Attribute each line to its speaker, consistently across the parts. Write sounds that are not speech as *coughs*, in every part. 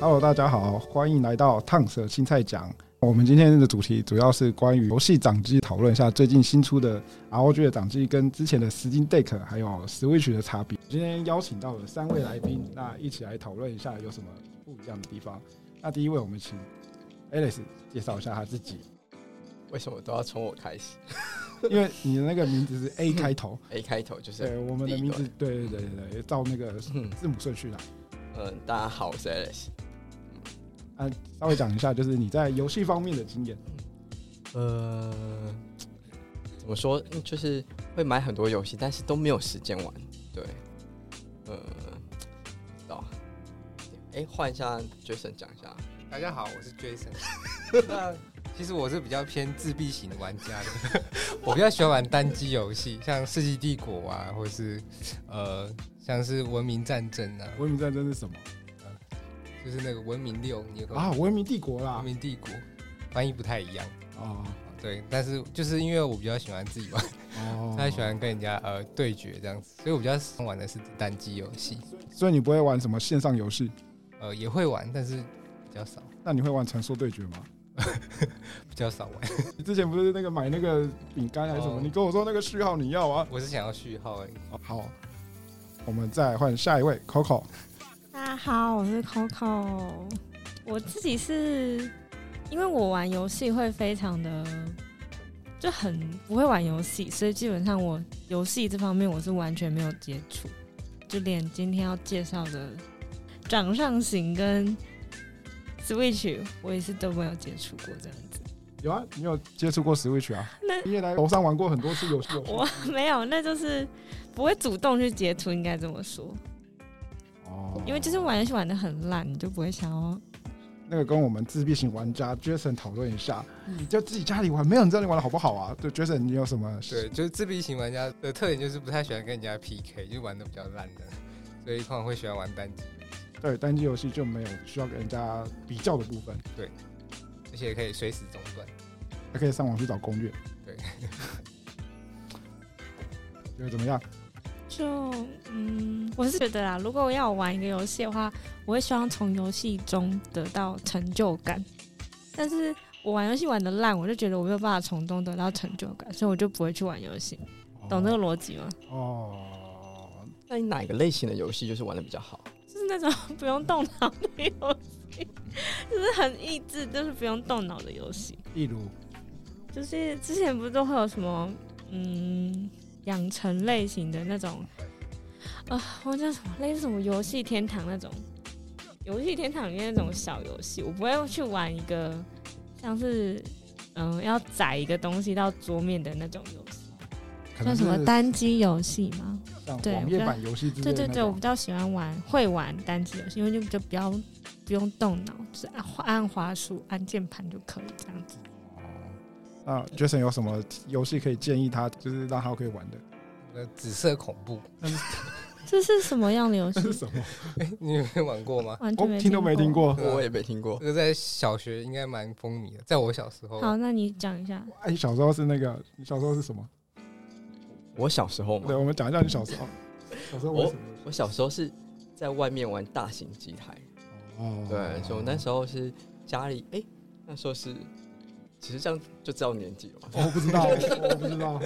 Speaker 1: Hello，大家好，欢迎来到烫色青菜讲。我们今天的主题主要是关于游戏掌机，讨论一下最近新出的 ROG 的掌机跟之前的 Steam Deck 还有 Switch 的差别。今天邀请到了三位来宾，那一起来讨论一下有什么不一样的地方。那第一位，我们请 Alice 介绍一下他自己，
Speaker 2: 为什么都要从我开始
Speaker 1: 因为你的那个名字是
Speaker 2: *laughs*
Speaker 1: A 开头，
Speaker 2: ？A 开头就是
Speaker 1: 对，我们的
Speaker 2: 第一
Speaker 1: 名
Speaker 2: 段
Speaker 1: 字，对对对对对，照那个
Speaker 2: 嗯
Speaker 1: 字母顺序来。
Speaker 2: 嗯，大家好，我是 Alex。
Speaker 1: 啊，稍微讲一下，就是你在游戏方面的经验。
Speaker 2: 呃，怎么说？嗯就是会买很多游戏，但是都没有时间玩。对，呃，不知道。哎、换一下 Jason 讲一下。
Speaker 3: 大家好，我是 Jason。那其实我是比较偏自闭型玩家的， *laughs* 我比较喜欢玩单机游戏，像《世纪帝国》啊，或是呃，像是《文明战争》啊，
Speaker 1: 文明战争是什么
Speaker 3: 就是那个《文明六》，你有看过
Speaker 1: 啊？
Speaker 3: 吗
Speaker 1: 文明帝国
Speaker 3: 文
Speaker 1: 啦。
Speaker 3: 明帝国》翻译不太一样，
Speaker 1: 哦
Speaker 3: 对。但是就是因为我比较喜欢自己玩，
Speaker 1: 哦，
Speaker 3: 太喜欢跟人家呃对决这样子，所以我比较喜欢玩的是单机游戏，
Speaker 1: 所以你不会玩什么线上游戏？
Speaker 3: 呃，也会玩，但是比较少，
Speaker 1: 那你会玩传说对决吗？
Speaker 3: 比较少玩。
Speaker 1: 你之前不是那个买那个饼干还是什么？
Speaker 3: 哦
Speaker 1: 你跟我说那个序号你要啊？
Speaker 3: 我是想要序号欸而已。
Speaker 1: 哦好，我们再换下一位 Coco。
Speaker 4: 大家好，我是 Coco。我自己是因为我玩游戏会非常的就很不会玩游戏，所以基本上我游戏这方面我是完全没有接触，就连今天要介绍的掌上型跟 Switch 我也是都没有接触过这样子。
Speaker 1: 有啊，你有接触过 Switch 啊？
Speaker 4: 那
Speaker 1: 你也来楼上玩过很多次游戏。
Speaker 4: *laughs* 我 *laughs* 没有，那就是不会主动去接触，应该这么说，
Speaker 1: 哦
Speaker 4: 因为就是玩游戏玩的很烂，你就不会想要
Speaker 1: 那个跟我们自闭型玩家 Jason 讨论一下，
Speaker 4: 嗯
Speaker 1: 你就自己家里玩，没有人知道你玩的好不好啊？对，Jason，你有什么
Speaker 3: 对，就是自闭型玩家的特点就是不太喜欢跟人家 PK，就玩的比较烂的，所以通常会喜欢玩单机，
Speaker 1: 对单机游戏就没有需要跟人家比较的部分，
Speaker 3: 而且可以随时中断。
Speaker 1: 还可以上网去找攻略。 *laughs*
Speaker 3: 对，
Speaker 1: 觉得怎么样？
Speaker 4: 就嗯，我是觉得啦，如果我要玩一个游戏的话，我会希望从游戏中得到成就感。但是我玩游戏玩的烂，我就觉得我没有办法从中得到成就感，所以我就不会去玩游戏。懂这个逻辑吗？
Speaker 1: 哦，
Speaker 2: 那你哪一个类型的游戏就是玩的比较好？
Speaker 4: 就是那种不用动脑的游戏， *laughs* 就是很益智，就是不用动脑的游戏。
Speaker 1: 例如
Speaker 4: 就是之前不是都会有什么嗯养成类型的那种，啊、我叫什么类似什么游戏天堂那种，游戏天堂里面那种小游戏，我不会去玩一个像是嗯要载一个东西到桌面的那种游戏，
Speaker 1: 可
Speaker 4: 叫
Speaker 1: 能
Speaker 4: 什么
Speaker 1: 是
Speaker 4: 单机游戏吗？
Speaker 1: 像
Speaker 4: 对
Speaker 1: 网
Speaker 4: 我
Speaker 1: 页
Speaker 4: 觉得
Speaker 1: 版游戏之类
Speaker 4: 对
Speaker 1: 的
Speaker 4: 对
Speaker 1: 那
Speaker 4: 对，我
Speaker 1: 种
Speaker 4: 比较喜欢玩会玩单机游戏，因为就就比较不用动脑，就是按按滑鼠、按键盘就可以这样子。
Speaker 1: 那 Jason 有什么游戏可以建议他，就是让他可以玩的？
Speaker 3: 那紫色恐怖， *laughs*
Speaker 4: 这是什么样的游戏
Speaker 1: 这？是
Speaker 4: *laughs*
Speaker 1: 什么？
Speaker 3: 哎、你有没有玩过吗？
Speaker 4: 完全
Speaker 1: 哦我听都没听
Speaker 4: 过。
Speaker 1: 过。
Speaker 2: 我也没听过
Speaker 3: 这。个在小学应该蛮风靡的，在我小时候，
Speaker 4: 好，那你讲一下。
Speaker 1: 哎，你小时候是那个，你小时候是什么？
Speaker 2: 我小时候嘛
Speaker 1: 对，，我们讲一下你小时候。小时候玩什么？
Speaker 2: 我小时候是在外面玩大型机台。
Speaker 1: 哦，
Speaker 2: 对，所以我那时候是家里，哎、那时候是，其实这样就知道年纪了嘛。
Speaker 1: 我不知 *laughs* 道，我不知道。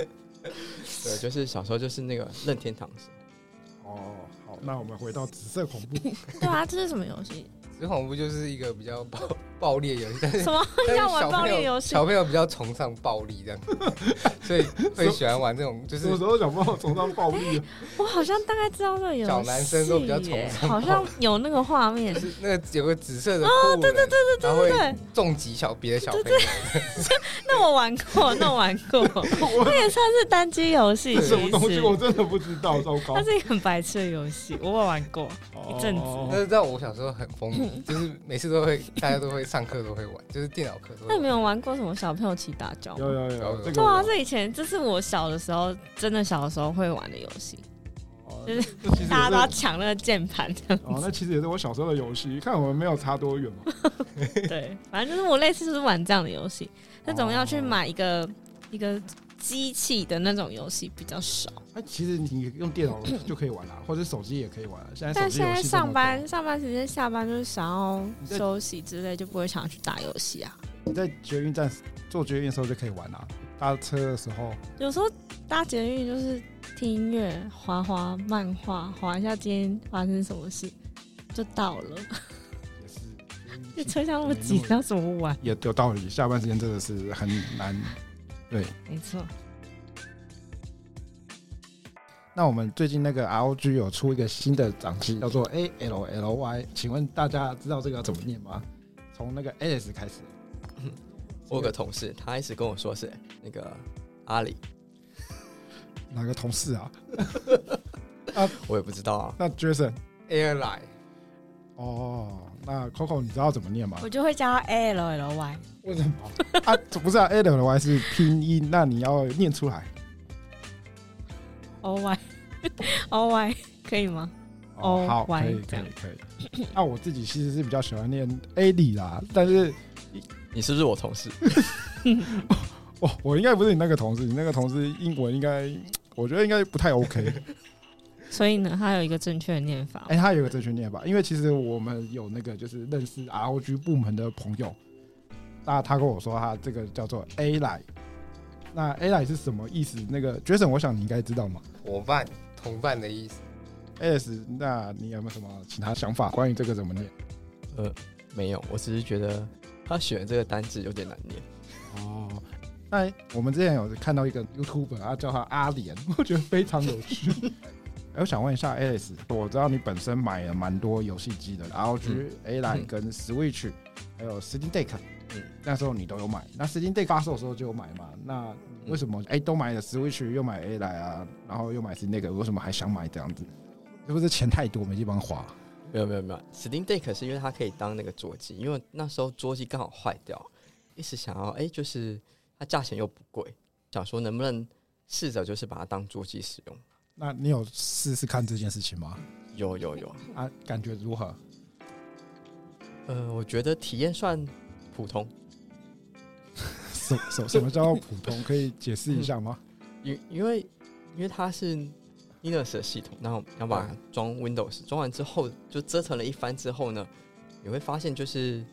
Speaker 2: 对，就是小时候就是那个任天堂的时候
Speaker 1: 哦，好，那我们回到紫色恐怖。
Speaker 4: 对啊，这是什么游戏？
Speaker 3: 紫色恐怖就是一个比较爆暴力的游戏，但是
Speaker 4: 什么
Speaker 3: 但是
Speaker 4: *laughs* 要玩
Speaker 3: 小
Speaker 4: 暴
Speaker 3: 朋
Speaker 4: 力
Speaker 3: 友
Speaker 4: 游戏？
Speaker 3: 小朋友比较崇尚暴力这样，
Speaker 1: *laughs*
Speaker 3: 所以会喜欢玩这种，就
Speaker 1: 什
Speaker 3: 是
Speaker 1: 么时候小朋友崇尚暴力啊？
Speaker 4: 我好像大概知道这个游戏耶，
Speaker 3: 小男生都比较崇尚
Speaker 4: 好像有那个画面
Speaker 3: 就。是那个有个紫色的哦，对对对对
Speaker 4: 对
Speaker 3: 对然
Speaker 4: 对
Speaker 3: 后会重击小别的小朋友，
Speaker 4: 那我玩过，那我玩过，那也算是单机游戏。
Speaker 1: 这
Speaker 4: 其
Speaker 1: 什么东西？
Speaker 4: 实
Speaker 1: 我真的不知道，糟糕
Speaker 4: 它。是一个很白痴的游戏，我有玩过。一阵子
Speaker 3: 但
Speaker 1: 哦
Speaker 3: 是在我小时候很疯
Speaker 4: *laughs*
Speaker 3: 狂，就是每次都会，大家都会上课都会玩，就是电脑课都
Speaker 4: 那
Speaker 3: 会玩。
Speaker 4: 你们有玩过什么小朋友骑大脚？
Speaker 1: 有有有，这个
Speaker 4: 对啊，
Speaker 1: 我
Speaker 4: 这以前这是我小的时候，真的小的时候会玩的游戏，
Speaker 1: 哦
Speaker 4: 就是
Speaker 1: 这其实也
Speaker 4: 大家都要抢那个键盘。
Speaker 1: 哦，那其实也是我小时候的游戏，看我们没有差多远嘛。
Speaker 4: *laughs* 对，反正就是我类似就是玩这样的游戏，那种要去
Speaker 1: 哦
Speaker 4: 买一个、一个机器的那种游戏比较少。
Speaker 1: 哎，其实你用电脑就可以玩啦，或者手机也可以玩啦。现在手
Speaker 4: 但
Speaker 1: 机
Speaker 4: 现
Speaker 1: 游
Speaker 4: 在
Speaker 1: 戏这么
Speaker 4: 上
Speaker 1: 多
Speaker 4: 班，上班时间下班就是想
Speaker 1: 你
Speaker 4: 要
Speaker 1: 在
Speaker 4: 休息之类，就不会想要去打游戏啊。
Speaker 1: 你在捷运站坐捷运的时候就可以玩啦，搭车的时候
Speaker 4: 有时候搭捷运就是听音乐、滑滑漫画、滑一下今天发生什么事，就到了。 *laughs*
Speaker 1: 也是。
Speaker 4: 这车厢那么挤，要怎么玩？
Speaker 1: 也有道理，下班时间真的是很难。
Speaker 4: 没错，
Speaker 1: 那我们最近那个 ROG 有出一个新的掌机，叫做 ALLY，请问大家知道这个要怎么念吗？从那个 Alice 开始，
Speaker 2: 我有个同事，他一直跟我说是那个阿里，
Speaker 1: 哪个同事啊？
Speaker 2: 我也不知道啊。
Speaker 1: 那 Jason，
Speaker 3: Airline
Speaker 1: 哦，那 Coco 你知道怎么念吗
Speaker 4: 我？就会叫 A L L Y。
Speaker 1: 为什么 *laughs* 啊？不是啊，ALLY 是拼音，那你要念出来。
Speaker 4: O Y O Y *laughs* 可以吗？哦
Speaker 1: 好，
Speaker 4: 歪
Speaker 1: 可以，可
Speaker 4: 这
Speaker 1: 以
Speaker 4: 样，
Speaker 1: 可以。 *coughs* 那我自己其实是比较喜欢念 A 里啦，但是
Speaker 2: 你是不是我同事？
Speaker 1: 哦，我应该不是你那个同事，你那个同事英文应该，我觉得应该不太
Speaker 4: *laughs*
Speaker 1: OK。
Speaker 4: 所以呢，它有一个正确的念法。
Speaker 1: 哎、他有个正确念法，因为其实我们有那个就是认识 ROG 部门的朋友，那他跟我说他这个叫做 A 来，那 A 来是什么意思？那个 Jason，我想你应该知道嘛。
Speaker 3: 伙伴、同伴的意思。
Speaker 1: S，那你有没有什么其他想法关于这个怎么念？
Speaker 2: 呃，没有，我只是觉得他选的这个单字有点难念。
Speaker 1: 哦，那我们之前有看到一个 YouTuber，他叫他阿莲， *laughs* 我觉得非常有 *laughs* 趣。哎我想问一下 Alice，我知道你本身买了蛮多游戏机的，ROG、A Line
Speaker 2: 嗯
Speaker 1: 跟 Switch，还有 Steam Deck，
Speaker 2: 嗯
Speaker 1: 那时候你都有买。那 Steam Deck 发售的时候就有买嘛？那为什么哎、都买了 Switch 又买 A Line 啊，然后又买 Steam Deck，为什么还想买这样子？是不是钱太多没地方花？
Speaker 2: 没有没有没有，Steam Deck 是因为它可以当那个桌机，因为那时候桌机刚好坏掉，一直想要哎、就是它价钱又不贵，想说能不能试着就是把它当桌机使用。
Speaker 1: 那你有试试看这件事情吗？
Speaker 2: 有有有，
Speaker 1: 啊，感觉如何？
Speaker 2: 呃，我觉得体验算普通，
Speaker 1: 什什什么叫普通？可以解释一下吗？
Speaker 2: 因因为因为它是 Linux 的系统，然后要把它装 Windows，装完之后就折腾了一番之后呢，你会发现就是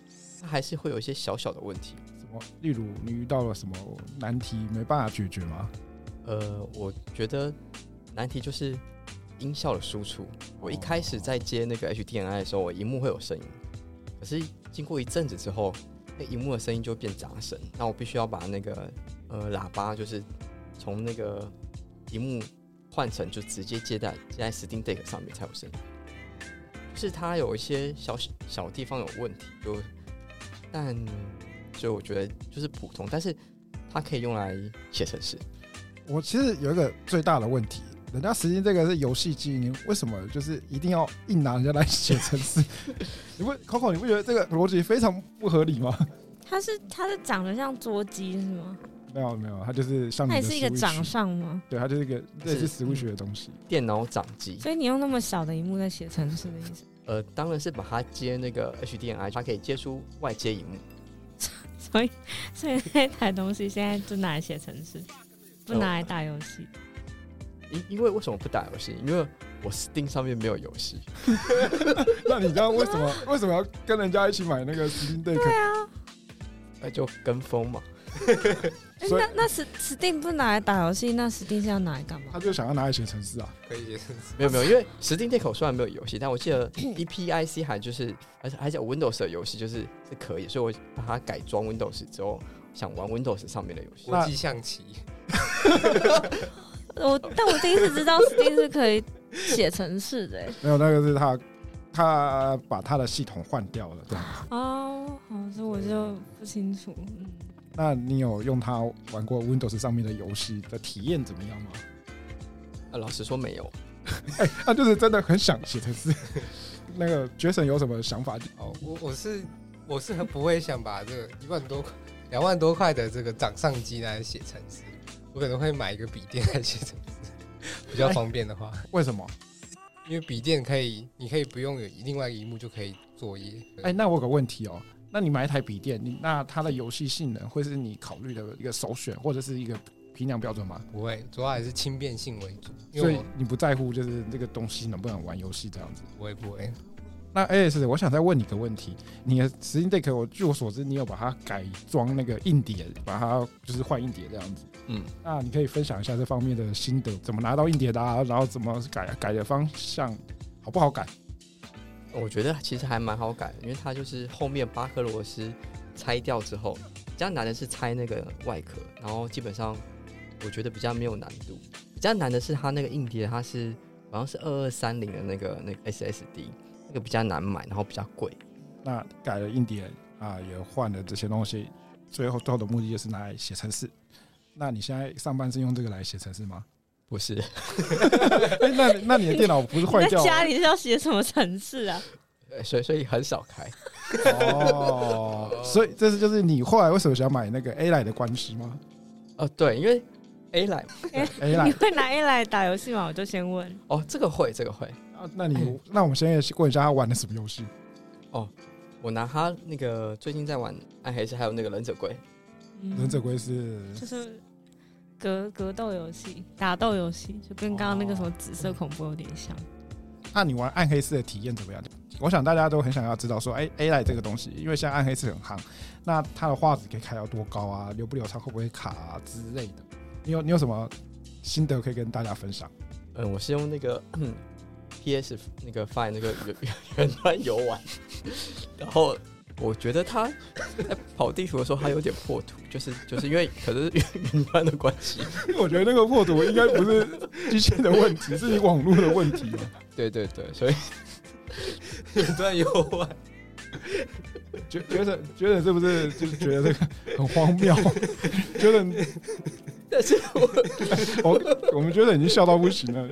Speaker 2: 它还是会有一些小小的问题。
Speaker 1: 什么？例如你遇到了什么难题没办法解决吗？
Speaker 2: 呃，我觉得难题就是音效的输出。我一开始在接那个 HDMI 的时候，我荧幕会有声音，可是经过一阵子之后，那荧幕的声音就变杂声，那我必须要把那个呃喇叭就是从那个荧幕换成就直接接在接在 Steam Deck 上面才有声音，就是它有一些小小地方有问题，就但所以我觉得就是普通，但是它可以用来写程式。
Speaker 1: 我其实有一个最大的问题，人家实际这个是游戏机，你为什么就是一定要硬拿人家来写程式？ *laughs* 你不 Coco，你不觉得这个逻辑非常不合理吗？
Speaker 4: 它是它是长得像桌机是吗？
Speaker 1: *laughs* 没有没有，它就是像你
Speaker 4: 它
Speaker 1: 的
Speaker 4: 也是一个
Speaker 1: Switch
Speaker 4: 掌上吗？
Speaker 1: 对，它就是一个类似
Speaker 2: 是
Speaker 1: Switch 的东西。
Speaker 2: 电脑掌机，
Speaker 4: 所以你用那么小的荧幕在写程式的意思？ *laughs*
Speaker 2: 呃，当然是把它接那个 HDMI，它可以接出外接荧幕。
Speaker 4: 所以所以那台东西现在就拿来写程式，不拿来打游戏。
Speaker 1: 哦
Speaker 2: 因因为为什么不打游戏？因为我 Steam 上面没有游戏，
Speaker 1: 那你知道为什么为什么要跟人家一起买那个 Steam Deck？
Speaker 2: 那就跟风嘛。
Speaker 4: 哎
Speaker 1: 所以
Speaker 4: 那那 S Steam 不拿来打游戏，那 Steam 是要拿来干嘛
Speaker 1: 他？就想要拿来写程式啊。
Speaker 3: 可以解释
Speaker 2: 没有没有，因为 Steam Deck 虽然没有游戏，但我记得 E EPIC 还就是而且还有 Windows 的游戏就是是可以，所以我把它改装 Windows 之后，想玩 Windows 上面的游戏。
Speaker 3: 国际象棋，
Speaker 4: 我但我第一次知道 Steam 是可以写程
Speaker 1: *laughs*
Speaker 4: 式的、哎
Speaker 1: 没有，那个是他他把他的系统换掉了，这样。
Speaker 4: 哦，好，这我就不清楚。嗯，
Speaker 1: 那你有用它玩过 Windows 上面的游戏的体验怎么样吗？
Speaker 2: 呃，老实说没有，
Speaker 1: 哎，那就是真的很想写程式。 *laughs* 那个 Jason 有什么想法？
Speaker 3: 哦，我我是我是很不会想把这个一万多块、两万多块的这个掌上机拿来写程式，我可能会买一个笔电来写程式， *laughs* 比较方便的话，
Speaker 1: 为什么？
Speaker 3: 因为笔电可以，你可以不用有另外一个荧幕就可以作业。
Speaker 1: 哎，那我有个问题哦。那你买一台笔电，你那它的游戏性能会是你考虑的一个首选，或者是一个评量标准吗？
Speaker 3: 不会，主要还是轻便性为主，因
Speaker 1: 所
Speaker 3: 为
Speaker 1: 以
Speaker 3: 我
Speaker 1: 你不在乎就是这个东西能不能玩游戏这样子。
Speaker 3: 不会不会，
Speaker 1: 那 A S，我想再问你个问题，你的 Steam Deck，我据我所知，你有把它改装那个硬碟，把它就是换硬碟这样子。
Speaker 2: 嗯，
Speaker 1: 那你可以分享一下这方面的心得，怎么拿到硬碟的、啊，然后怎么改改的方向，好不好改？
Speaker 2: 我觉得其实还蛮好改的，因为它就是后面八颗螺丝拆掉之后，比较难的是拆那个外壳，然后基本上我觉得比较没有难度，比较难的是它那个硬碟，它是好像是二二三零的那个那个 SSD，那个比较难买，然后比较贵。
Speaker 1: 那改了硬碟啊，也换了这些东西，最后最后的目的就是拿来写程式。那你现在上班是用这个来写程式吗？
Speaker 2: 不 *laughs* 是，
Speaker 1: 哎、那那你的电脑不是
Speaker 4: 你
Speaker 1: 坏
Speaker 4: 在
Speaker 1: 掉
Speaker 4: 家里是要写什么程式啊？
Speaker 2: 呃所以所以很少开。
Speaker 1: 哦？所以这是就是你后来为什么想买那个 A 来的关系吗
Speaker 2: 哦，对，因为 A 来
Speaker 1: ？A
Speaker 4: 你
Speaker 1: 来
Speaker 4: 会拿 A 来打游戏吗？我就先问。
Speaker 2: 哦，这个会，这个会。
Speaker 1: 啊，那你那我们先问一下他玩的什么游戏？
Speaker 2: 我拿它那个最近在玩《暗黑四》，还有那个《忍者龟》，
Speaker 4: 嗯
Speaker 1: 忍者龟是
Speaker 4: 就是格格斗游戏、打斗游戏，就跟刚刚那个
Speaker 1: 哦
Speaker 4: 什么紫色恐怖有点像。 *laughs*
Speaker 1: 那你玩暗黑四的体验怎么样？我想大家都很想要知道说，哎、a 来这个东西，因为现在暗黑四很夯，那它的画质可以开到多高啊？流不流畅，会不会卡啊之类的？你有你有什么心得可以跟大家分享？
Speaker 2: 嗯，我是用那个 PS 那个 Five 那个原 *laughs* 原端游玩，然后我觉得它在跑地图的时候，它有点破图，就是就是因为可能是 *laughs* 云云端的关系。
Speaker 1: *laughs* 我觉得那个破图应该不是机械的问题，是你网络的问题。
Speaker 2: 对对对，所以 *laughs* 云端游玩，
Speaker 1: *laughs* 觉觉得觉得是不是就是觉得这个很荒谬？ *laughs* 觉得
Speaker 2: 但是我
Speaker 1: 我我们觉得已经笑到不行了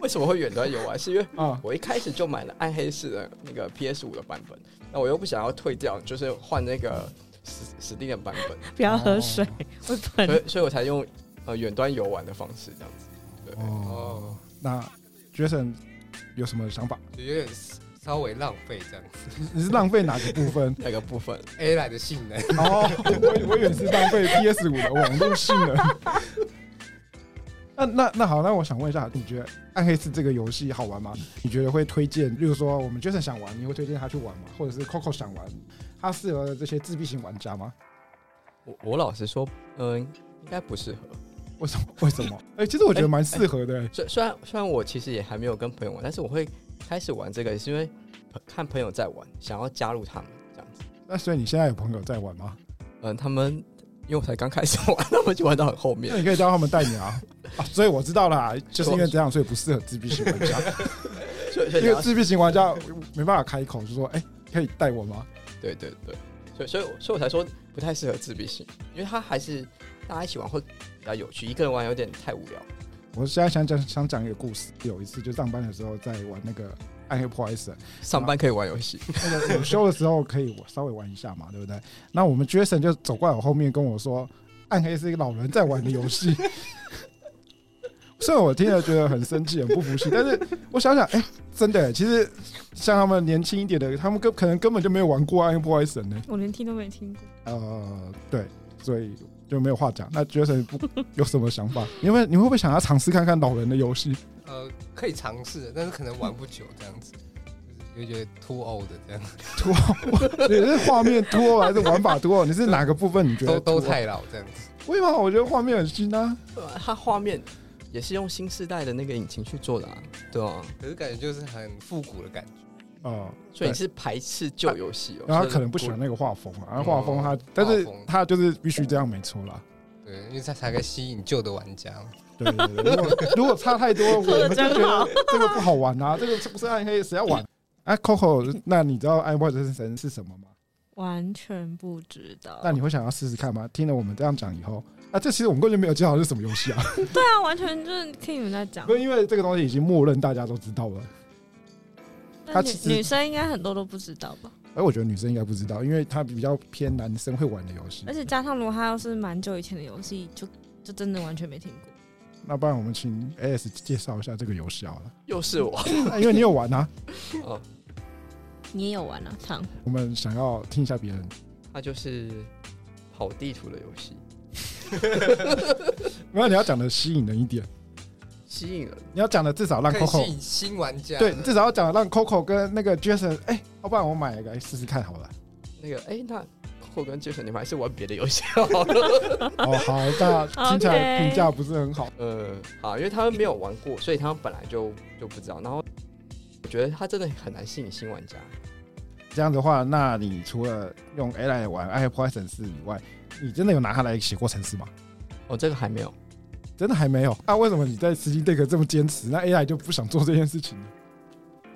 Speaker 2: 为什么会远端游玩？是因为
Speaker 1: 啊！
Speaker 2: 我一开始就买了暗黑式的那个 PS 五的版本，那我又不想要退掉，就是换那个史史蒂的版本，
Speaker 4: 不要喝水，
Speaker 1: 哦
Speaker 4: *laughs* 会喷
Speaker 2: 所。以所以我才用呃远端游玩的方式这样子。对，
Speaker 1: 哦，那 Jason 有什么想法？
Speaker 3: 就有点稍微浪费这样子。
Speaker 1: 你你是浪费哪个部分？
Speaker 2: 那个部分
Speaker 3: A 来的性能，
Speaker 1: 哦，我我以为是浪费 PS 五的网络性能。那那那好，那我想问一下，你觉得《暗黑四》这个游戏好玩吗？你觉得会推荐，例如说我们 Jason 想玩，你会推荐他去玩吗？或者是 Coco 想玩，他适合这些自闭型玩家吗？
Speaker 2: 我我老实说，嗯、应该不适合。
Speaker 1: 为什么？ *laughs* 为什么？哎、其实我觉得蛮适合的、
Speaker 2: 虽虽然虽然我其实也还没有跟朋友玩，但是我会开始玩这个，也是因为朋看朋友在玩，想要加入他们这样子。
Speaker 1: 那所以你现在有朋友在玩吗？
Speaker 2: 嗯、他们因为我才刚开始玩，他们就玩到很后面
Speaker 1: 那。你可以叫他们带你啊。啊，所以我知道啦，就是因为这样，所以不适合自闭型玩家，
Speaker 2: 所以所以你
Speaker 1: 因为
Speaker 2: 要
Speaker 1: 自闭型玩家没办法开口，就说哎、可以带我吗？
Speaker 2: 对对对，所以所以我所以我才说不太适合自闭型，因为他还是大家一起玩会比较有趣，一个人玩有点太无聊。
Speaker 1: 我现在想讲想讲一个故事，有一次就上班的时候在玩那个《暗黑破坏神》，
Speaker 2: 上班可以玩游戏，
Speaker 1: 那个午休的时候可以稍微玩一下嘛，对不对？那我们 Jason 就走过来我后面跟我说，《哎暗黑》是一个老人在玩的游戏。 *laughs* 虽然我听了觉得很生气、很不服气，但是我想想，哎、真的、其实像他们年轻一点的，他们根可能根本就没有玩过《暗黑破坏神》呢。
Speaker 4: 我连听都没听过。
Speaker 1: 呃，对，所以就没有话讲。那 Jason 不有什么想法？你会你会不会想要尝试看看老人的游戏？
Speaker 3: 呃，可以尝试，但是可能玩不久这样子，就是就觉得 too old 这样，
Speaker 1: 脱，你是画面脱还是玩法脱？你是哪个部分你觉得
Speaker 3: 都都
Speaker 1: 太？
Speaker 3: 太老这样子。
Speaker 1: 为嘛？我觉得画面很新啊。
Speaker 2: 呃 *laughs* 它画面也是用新世代的那个引擎去做的、啊，对啊，
Speaker 3: 可是感觉就是很复古的感觉，
Speaker 1: 哦，
Speaker 2: 所以你是排斥旧游戏哦。
Speaker 1: 然后他
Speaker 2: 所以
Speaker 1: 可能不喜欢那个画风啊，然后画风他，但是
Speaker 3: 画风
Speaker 1: 他就是必须这样，没错啦。
Speaker 3: 对，因为它才可以吸引旧的玩家嘛。
Speaker 1: 对对对，如果如果差太多，我
Speaker 4: 说
Speaker 1: 们
Speaker 4: 得
Speaker 1: 就
Speaker 4: 真
Speaker 1: 觉得这个不好玩啊，这个是不是暗黑？谁要玩？哎，Coco，那你知道《暗黑破坏神》是什么吗？
Speaker 4: 完全不知道。
Speaker 1: 那你会想要试试看吗？听了我们这样讲以后，啊，这其实我们根本就没有介绍是什么游戏啊， *laughs*
Speaker 4: 对啊，完全就是听你们在讲
Speaker 1: 不。是因为这个东西已经默认大家都知道了。他
Speaker 4: 但
Speaker 1: 其
Speaker 4: 女
Speaker 1: 实
Speaker 4: 女生应该很多都不知道吧？
Speaker 1: 哎，我觉得女生应该不知道，因为它比较偏男生会玩的游戏
Speaker 4: 而。且加上如果它要是蛮久以前的游戏，就就真的完全没听过。
Speaker 1: 那不然我们请 AS 介绍一下这个游戏好了， *laughs*
Speaker 2: 又是我，
Speaker 1: 啊因为你有玩啊。
Speaker 2: 哦，
Speaker 4: 你也有玩啊，唱
Speaker 1: 我们想要听一下别人，
Speaker 2: 它就是跑地图的游戏。
Speaker 1: 没有你要讲的吸引人一点，
Speaker 2: 吸引人。
Speaker 1: 你要讲的至少让
Speaker 3: 可以吸
Speaker 1: Coco
Speaker 3: 引新玩家。
Speaker 1: 对，至少要讲的让 Coco 跟那个 Jason，哎、要不然我买一个来试试看好了。
Speaker 2: 那个，哎、那后跟 Jason，你们还是玩别的游戏好了。 *laughs*
Speaker 1: 哦，好，
Speaker 4: *laughs*
Speaker 1: 那听起来评价不是很好。
Speaker 2: 呃，好，因为他们没有玩过，所以他们本来就就不知道。然后我觉得他真的很难吸引新玩家。
Speaker 1: 这样的话，那你除了用 A 来玩《爱破坏城市》以外，你真的有拿它来写过程式吗？
Speaker 2: 哦，这个还没有。
Speaker 1: 真的还没有。那、啊为什么你在实际 Deck 这么坚持？那 A 来就不想做这件事情呢？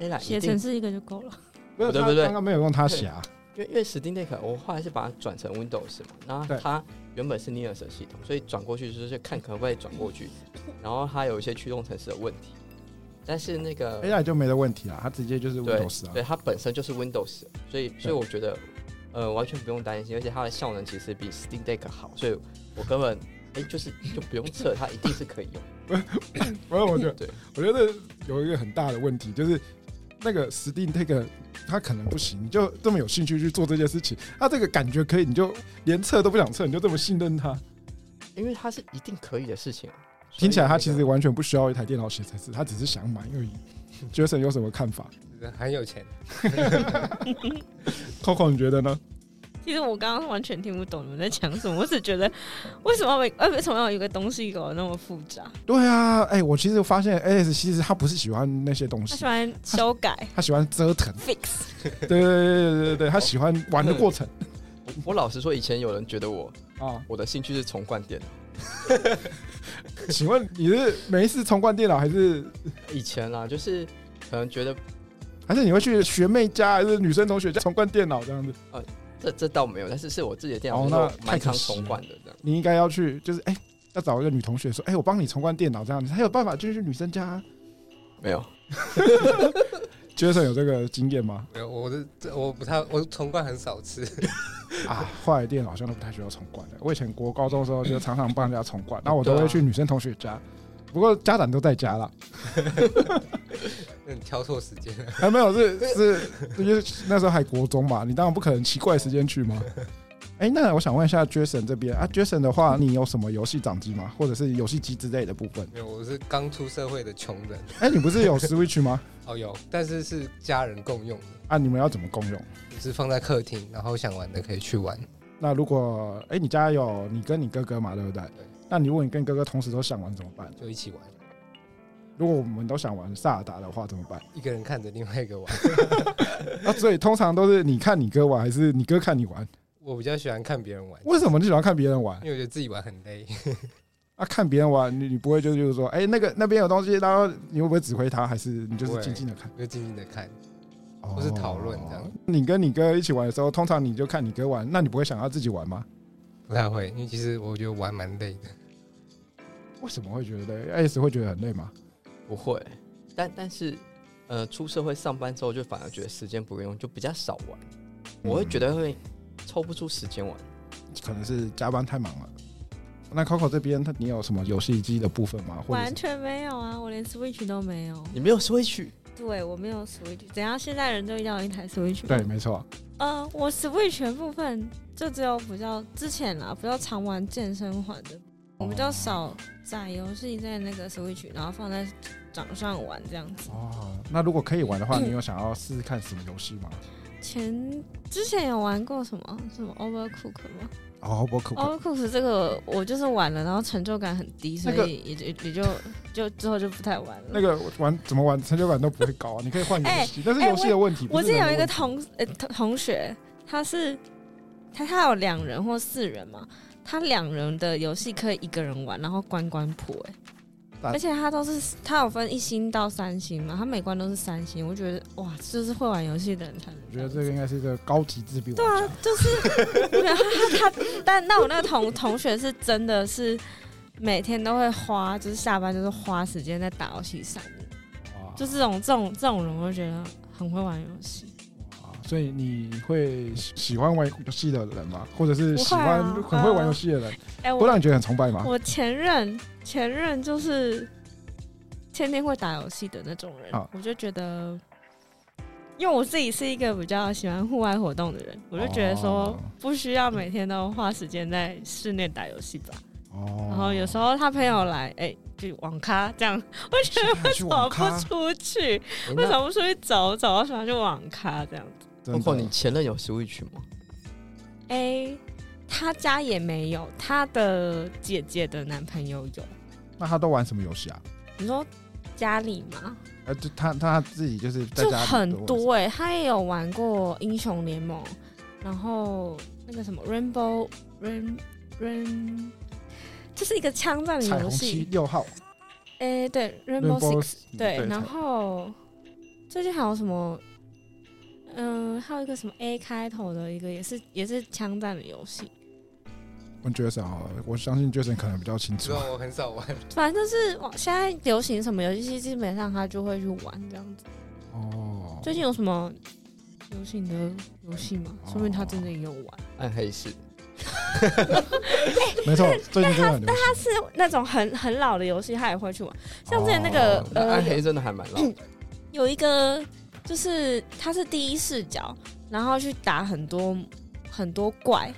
Speaker 2: 哎、来，
Speaker 4: 写
Speaker 2: 一
Speaker 4: 程
Speaker 2: 定，
Speaker 4: 式一个就够了。
Speaker 1: 没有，
Speaker 2: 对
Speaker 1: 他
Speaker 2: 对对
Speaker 1: 刚刚没有用它写啊。
Speaker 2: 因为因为 Steam Deck，我后来是把它转成 Windows 嘛，然后
Speaker 1: 对
Speaker 2: 它原本是 Linux 的系统，所以转过去就是看可不可以转过去，然后它有一些驱动程式的问题，但是那个
Speaker 1: A 来就没的问题啦，它直接就是
Speaker 2: 对
Speaker 1: Windows 啊
Speaker 2: 对，。它本身就是 Windows，所以所以我觉得，呃，完全不用担心，而且它的效能其实比 Steam Deck 好，所以我根本哎、就是就不用测，它一定是可以
Speaker 1: *laughs*
Speaker 2: 用。
Speaker 1: 不是，我觉
Speaker 2: 对
Speaker 1: 得，我觉得有一个很大的问题就是，那个 Steam 这个他可能不行，你就这么有兴趣去做这件事情，他这个感觉可以，你就连测都不想测，你就这么信任他，
Speaker 2: 因为它是一定可以的事情啊。所以
Speaker 1: 听起来他
Speaker 2: 那
Speaker 1: 其
Speaker 2: 个
Speaker 1: 实完全不需要一台电脑写程式，他只是想买而已。Jason 有什么看法
Speaker 3: 很有钱，
Speaker 1: ？Coco 你觉得呢？
Speaker 4: 其实我刚刚完全听不懂你们在讲什么，我只觉得为什么每呃为什么要有一个东西搞得那么复杂？
Speaker 1: 对啊，哎、我其实发现 AS 其实他不是喜欢那些东
Speaker 4: 他
Speaker 1: 西
Speaker 4: 喜，欢修改
Speaker 1: 他喜欢折腾，
Speaker 4: fix，
Speaker 1: *laughs* 对对对对对对，他喜欢玩的过程
Speaker 2: 我我老实说，以前有人觉得我
Speaker 1: 啊。
Speaker 2: 我的兴趣是重灌电脑，
Speaker 1: *laughs* 请问你是没事重灌电脑，还是
Speaker 2: 以前啦，就是可能觉得
Speaker 1: 还是你会去学妹家，还是女生同学家重灌电脑这样子？
Speaker 2: 这这倒没有，但是是我自己的电
Speaker 1: 哦
Speaker 2: 脑，就是
Speaker 1: 那
Speaker 2: 我
Speaker 1: 太
Speaker 2: 蛮
Speaker 1: 可
Speaker 2: 常
Speaker 1: 惜
Speaker 2: 重
Speaker 1: 了
Speaker 2: 灌的这样。
Speaker 1: 你应该要去，就是哎、要找一个女同学说，哎、我帮你重灌电脑这样，你才有办法进去女生家啊。
Speaker 2: 没有，
Speaker 1: Jason 有这个经验吗？
Speaker 3: 没有我的这我不太我重灌很少吃，
Speaker 1: *laughs*
Speaker 3: *laughs*
Speaker 1: 啊，后来电脑好像都不太需要重灌的。我以前国高中的时候就常常帮人家重 *laughs* 灌，然后我都会去女生同学家，不过家长都在家啦。
Speaker 3: 嗯，挑错时间了。
Speaker 1: 还、哎没有，是是，就是那时候还国中嘛，你当然不可能奇怪的时间去嘛。哎、那我想问一下 Jason 这边啊，Jason 的话，你有什么游戏掌机吗？或者是游戏机之类的部分？
Speaker 3: 没有，我是刚出社会的穷人。
Speaker 1: 哎、你不是有 Switch 吗？
Speaker 3: 哦，有，但是是家人共用的，
Speaker 1: 啊，你们要怎么共用？
Speaker 3: 是放在客厅，然后想玩的可以去玩。
Speaker 1: 那如果哎、你家有你跟你哥哥嘛，对不对？
Speaker 3: 对
Speaker 1: 那你如果你跟哥哥同时都想玩怎么办？
Speaker 3: 就一起玩，
Speaker 1: 如果我们都想玩萨尔达的话怎么办？
Speaker 3: 一个人看着另外一个玩。
Speaker 1: 那所以通常都是你看你哥玩，还是你哥看你玩？
Speaker 3: 我比较喜欢看别人玩，
Speaker 1: 为什么你喜欢看别人玩
Speaker 3: 因？为我觉得自己玩很累。 *laughs*
Speaker 1: 啊，看别人玩，你你不会就就是说，哎、那个那边有东西，然后你会不会指挥他，还是你就是静静的看，
Speaker 3: 就静静的看，
Speaker 1: 哦
Speaker 3: 或是讨论这样？
Speaker 1: 你跟你哥一起玩的时候，通常你就看你哥玩，那你不会想要自己玩吗？
Speaker 3: 不太会，因为其实我觉得玩蛮累的。
Speaker 1: 为什么会觉得累？S 会觉得很累吗？
Speaker 2: 不会。但但是，呃，出社会上班之后，就反而觉得时间不够用，就比较少玩。我会觉得会抽不出时间玩。
Speaker 1: 嗯可能是加班太忙了。那 Coco 这边，他你有什么游戏机的部分吗？或者
Speaker 4: *laughs* 完
Speaker 1: 是
Speaker 4: 全没有啊，我连 Switch 都没有。
Speaker 2: 你没有 Switch，
Speaker 4: 对我没有 Switch，怎样？现在人就要一台 Switch 吗
Speaker 1: 对，没错，
Speaker 4: 呃，我 Switch 的部分就只有比较之前啦，比较常玩健身环的，
Speaker 1: 哦
Speaker 4: 我比较少载游戏在那个 Switch，然后放在掌上玩这样子。
Speaker 1: 哦，那如果可以玩的
Speaker 4: 嗯
Speaker 1: 话，你有想要试试看什么游戏吗？
Speaker 4: 前之前有玩过什么什么 Overcook 吗
Speaker 1: 哦，我可不
Speaker 4: ？Overcook 这个我就是玩了，然后成就感很低，所
Speaker 1: 那个
Speaker 4: 以也就也就就之后就不太玩了。
Speaker 1: 那个玩怎么玩成就感都不会高啊！你可以换游戏，但是游戏的问题。
Speaker 4: 哎我
Speaker 1: 不
Speaker 4: 之前
Speaker 1: 人
Speaker 4: 有
Speaker 1: 的
Speaker 4: 一个
Speaker 1: 问题
Speaker 4: 同呃同同学，他是他他有两人或四人嘛，他两人的游戏可以一个人玩，然后关关破哎、
Speaker 1: 但
Speaker 4: 而且他都是他有分一星到三星嘛，他每关都是三星，我觉得哇，就是会玩游戏的人才能
Speaker 1: 我觉得
Speaker 4: 这样子。
Speaker 1: 这个应该是一个高级自闭玩
Speaker 4: 对啊
Speaker 1: 家。，
Speaker 4: 就是没有他他他，但那我那个同同学是真的是每天都会花，就是下班就是花时间在打游戏上面，
Speaker 1: 哇
Speaker 4: 就这种这种这种人，我就觉得很会玩游戏。
Speaker 1: 哇啊所以你会喜喜欢玩游戏的人吗？或者是喜
Speaker 4: 我
Speaker 1: 欢
Speaker 4: 会啊
Speaker 1: 很会玩游戏的人，
Speaker 4: 哎、我
Speaker 1: 会让你觉得很崇拜吗？
Speaker 4: 我前任前任就是天天会打游戏的那种人，
Speaker 1: 啊
Speaker 4: 我就觉得，因为我自己是一个比较喜欢户外活动的人，我就觉得说
Speaker 1: 哦
Speaker 4: 不需要每天都花时间在室内打游戏吧。
Speaker 1: 哦，
Speaker 4: 然后有时候他朋友来，哎、就网咖这样， *laughs* 我觉得
Speaker 1: 候去
Speaker 4: 为什么
Speaker 1: 网
Speaker 4: 不 *laughs*
Speaker 1: 咖，
Speaker 4: 出去？
Speaker 2: 诶
Speaker 4: 为什
Speaker 2: 那
Speaker 4: 么不出去走走？我喜欢去网咖这样子。
Speaker 1: 真
Speaker 2: 哦碰你
Speaker 1: 的
Speaker 2: 前任有 Switch 吗？
Speaker 4: 哎、他家也没有，他的姐姐的男朋友有。
Speaker 1: 那他都玩什么游戏啊？
Speaker 4: 你说家里吗？
Speaker 1: 呃，就他他自己就是在
Speaker 4: 就
Speaker 1: 家里都玩
Speaker 4: 很
Speaker 1: 什么，
Speaker 4: 多哎、他也有玩过英雄联盟，然后那个什么 Rainbow Rain Rain，就是一个枪战
Speaker 1: 彩
Speaker 4: 游
Speaker 1: 虹七
Speaker 4: 戏。
Speaker 1: 六号
Speaker 4: 哎、对 Rainbow
Speaker 1: Rainbow
Speaker 4: Six，
Speaker 1: Six，
Speaker 4: 对，然
Speaker 1: 彩
Speaker 4: 后最近还有什么？嗯、还有一个什么 A 开头的一个，也是也是枪战的游戏。
Speaker 1: 问 Jason 好了，我相信 Jason 可能比较清楚
Speaker 3: 虽。然我很少玩， *laughs*
Speaker 4: 反正就是往现在流行什么游戏，基本上他就会去玩这样子。
Speaker 1: 哦，
Speaker 4: 最近有什么流行的游戏吗？
Speaker 1: 哦
Speaker 4: 说明他真的也有玩，
Speaker 2: 暗黑是
Speaker 1: 没
Speaker 4: *laughs*
Speaker 1: 错，最近真的很流行。
Speaker 4: 是那种很很老的游戏，他也会去玩。像之前那
Speaker 1: 哦
Speaker 4: 个、
Speaker 2: 那
Speaker 4: 呃
Speaker 2: 暗，黑真的还蛮老的。
Speaker 4: 有一个就是它是第一视角，然后去打很多很多怪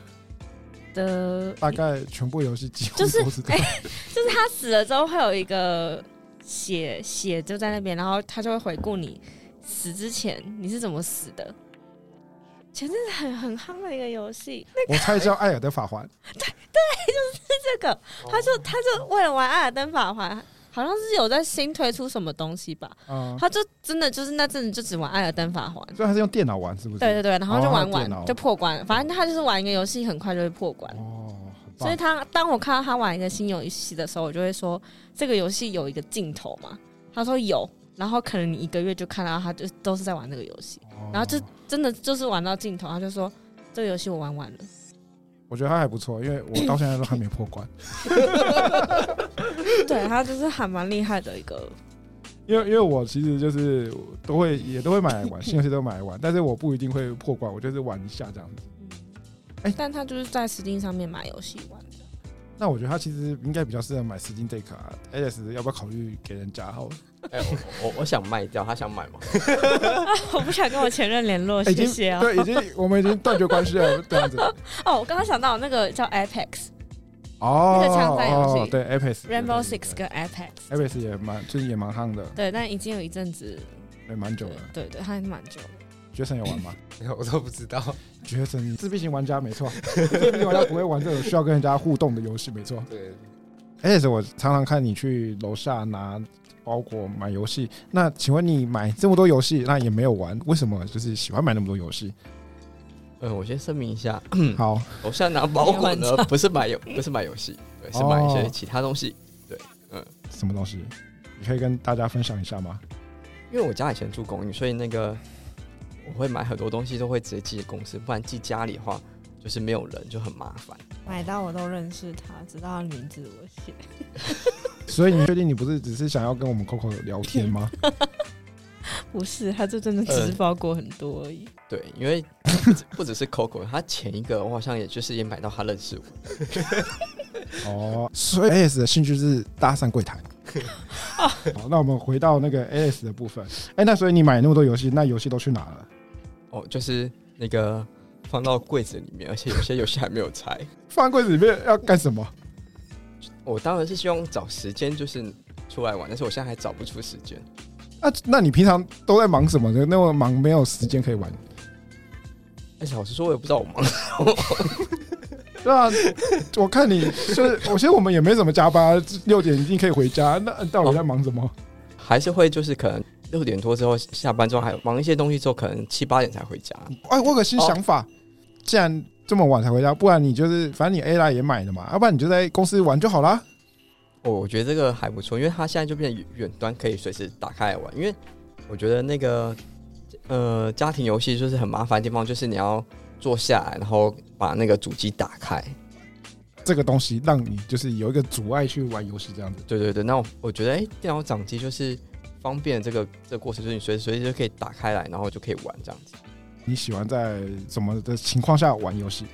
Speaker 4: 的，
Speaker 1: 大概全部游戏几乎
Speaker 4: 就是
Speaker 1: 都是这
Speaker 4: 哎 *laughs*
Speaker 1: 样。
Speaker 4: 就是他死了之后会有一个血血就在那边，然后他就会回顾你死之前你是怎么死的。前阵子很很夯的一个游戏，
Speaker 1: 我猜叫《艾尔的法环》，
Speaker 4: 这个他就他就为了玩《艾尔登法环》，好像是有在新推出什么东西吧，
Speaker 2: 哦
Speaker 1: 嗯，
Speaker 4: 他就真的就是那阵子就只玩《艾尔登法环》。
Speaker 1: 所以他是用电脑玩，是不是？
Speaker 4: 对对对，然后就玩
Speaker 1: 哦他
Speaker 4: 完、
Speaker 1: 电脑
Speaker 4: 就破关了，反正他就是玩一个游戏，很快就会破关。
Speaker 1: 哦，很棒
Speaker 4: 所以他当我看到他玩一个新游戏的时候，我就会说这个游戏有一个尽头嘛？他说有，然后可能你一个月就看到他就都是在玩这个游戏，
Speaker 1: 哦
Speaker 4: 然后就真的就是玩到尽头，他就说这个游戏我玩完了。
Speaker 1: 我觉得他还不错，因为我到现在都还没破
Speaker 4: *laughs*
Speaker 1: 关，
Speaker 4: 对他就是还蛮厉害的一个，
Speaker 1: 因为因为我其实就是都会也都会买来玩，
Speaker 4: *laughs*
Speaker 1: 新游戏都买来玩，但是我不一定会破关，我就是玩一下这样子。
Speaker 4: 嗯，
Speaker 1: 哎
Speaker 4: 但他就是在 Steam 上面买游戏玩的。 *laughs*
Speaker 1: 那我觉得他其实应该比较适合买 Steam Deck 啊，Alice 要不要考虑给人家好了？
Speaker 2: 哎，我我我想卖掉，他想买吗？
Speaker 4: 我不想跟我前任联络，
Speaker 1: 哎已
Speaker 4: 谢
Speaker 1: 经
Speaker 4: 谢啊。
Speaker 1: 对，已经我们已经断绝关系了，这样子。
Speaker 4: 哦，我刚刚想到那个叫 Apex
Speaker 1: 哦，
Speaker 4: 那个枪战游戏
Speaker 1: 哦对 Apex
Speaker 4: Rainbow Six 跟 Apex，
Speaker 1: Apex 也蛮最近也蛮夯的，
Speaker 4: 对，但已经有一阵子，
Speaker 1: 也蛮久
Speaker 4: 对
Speaker 1: 了。
Speaker 4: 对对，还蛮久了。
Speaker 1: Jason 有玩吗？
Speaker 3: 没有我都不知道。
Speaker 1: Jason 自闭型玩家没错， *laughs* 自闭型玩家不会玩这种需要跟人家互动的游戏，没错。
Speaker 3: 对，
Speaker 1: Alice，我常常看你去楼下拿包裹买游戏。那请问你买这么多游戏，那也没有玩，为什么就是喜欢买那么多游戏？
Speaker 2: *laughs* 嗯，我先声明一下，
Speaker 1: 好，
Speaker 2: 我现在拿包裹
Speaker 4: 没
Speaker 2: 呢
Speaker 4: 有玩，
Speaker 2: 不是买游，不是买游戏，对，是
Speaker 1: 哦
Speaker 2: 买一些其他东西。
Speaker 1: 什么东西？你可以跟大家分享一下吗？
Speaker 2: 因为我家以前住公寓，所以那个我会买很多东西都会直接寄公司，不然寄家里的话就是没有人，就很麻烦。
Speaker 4: 买到我都认识他，知道他名字我写。
Speaker 1: 所以你确定你不是只是想要跟我们 Coco 聊天吗？
Speaker 4: *laughs* 不是，他就真的
Speaker 2: 呃
Speaker 4: 只是包裹很多而已。 *laughs*
Speaker 2: 对，因为 *laughs* 不只不只是 Coco，他前一个我好像也就是也买到他认识我，
Speaker 1: 哦，所以 Alice 的兴趣是搭讪柜台。好，那我们回到那个 Alice 的部分。哎、那所以你买那么多游戏，那游戏都去哪了？
Speaker 2: 哦，就是那个放到柜子里面，而且有些游戏还没有拆。
Speaker 1: 放柜子里面要干什么？
Speaker 2: *laughs* 我当然是希望找时间就是出来玩，但是我现在还找不出时间。
Speaker 1: 啊，那你平常都在忙什么呢？那么忙没有时间可以玩？
Speaker 2: 而哎且老实说，我也不知道我忙。 *laughs*
Speaker 1: 对啊，我看你就是，我觉得我们也没怎么加班，啊六点一定可以回家。那到底在忙什么？
Speaker 2: 还是会就是可能六点多之后下班之后还有忙一些东西之后，可能七八点才回家。
Speaker 1: 哎，我有个新想法，既然这么晚才回家，不然你就是反正你 A 啦也买了嘛，啊要不然你就在公司玩就好啦。
Speaker 2: 哦，我觉得这个还不错，因为它现在就变得远端可以随时打开来玩。因为我觉得那个呃家庭游戏就是很麻烦的地方，就是你要坐下来，然后把那个主机打开。
Speaker 1: 这个东西让你就是有一个阻碍去玩游戏这样子。
Speaker 2: 对对对，那我我觉得哎、诶电脑掌机就是方便这个这个过程，就是你随时随地就可以打开来，然后就可以玩这样子。
Speaker 1: 你喜欢在什么的情况下玩游戏？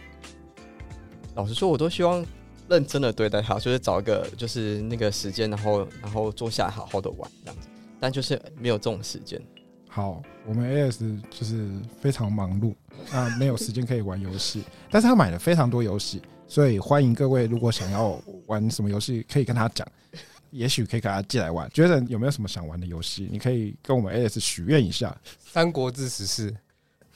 Speaker 2: 老实说，我都希望认真的对待它，就是找一个就是那个时间，然后然后坐下来好好的玩这样子。但就是没有这种时间，
Speaker 1: 好，我们 AS *laughs* 就是非常忙碌，啊，没有时间可以玩游戏，但是他买了非常多游戏。所以欢迎各位如果想要玩什么游戏，可以跟他讲，也许可以给他借来玩。觉得有没有什么想玩的游戏，你可以跟我们 Alice 许愿一下，
Speaker 3: 三国志十四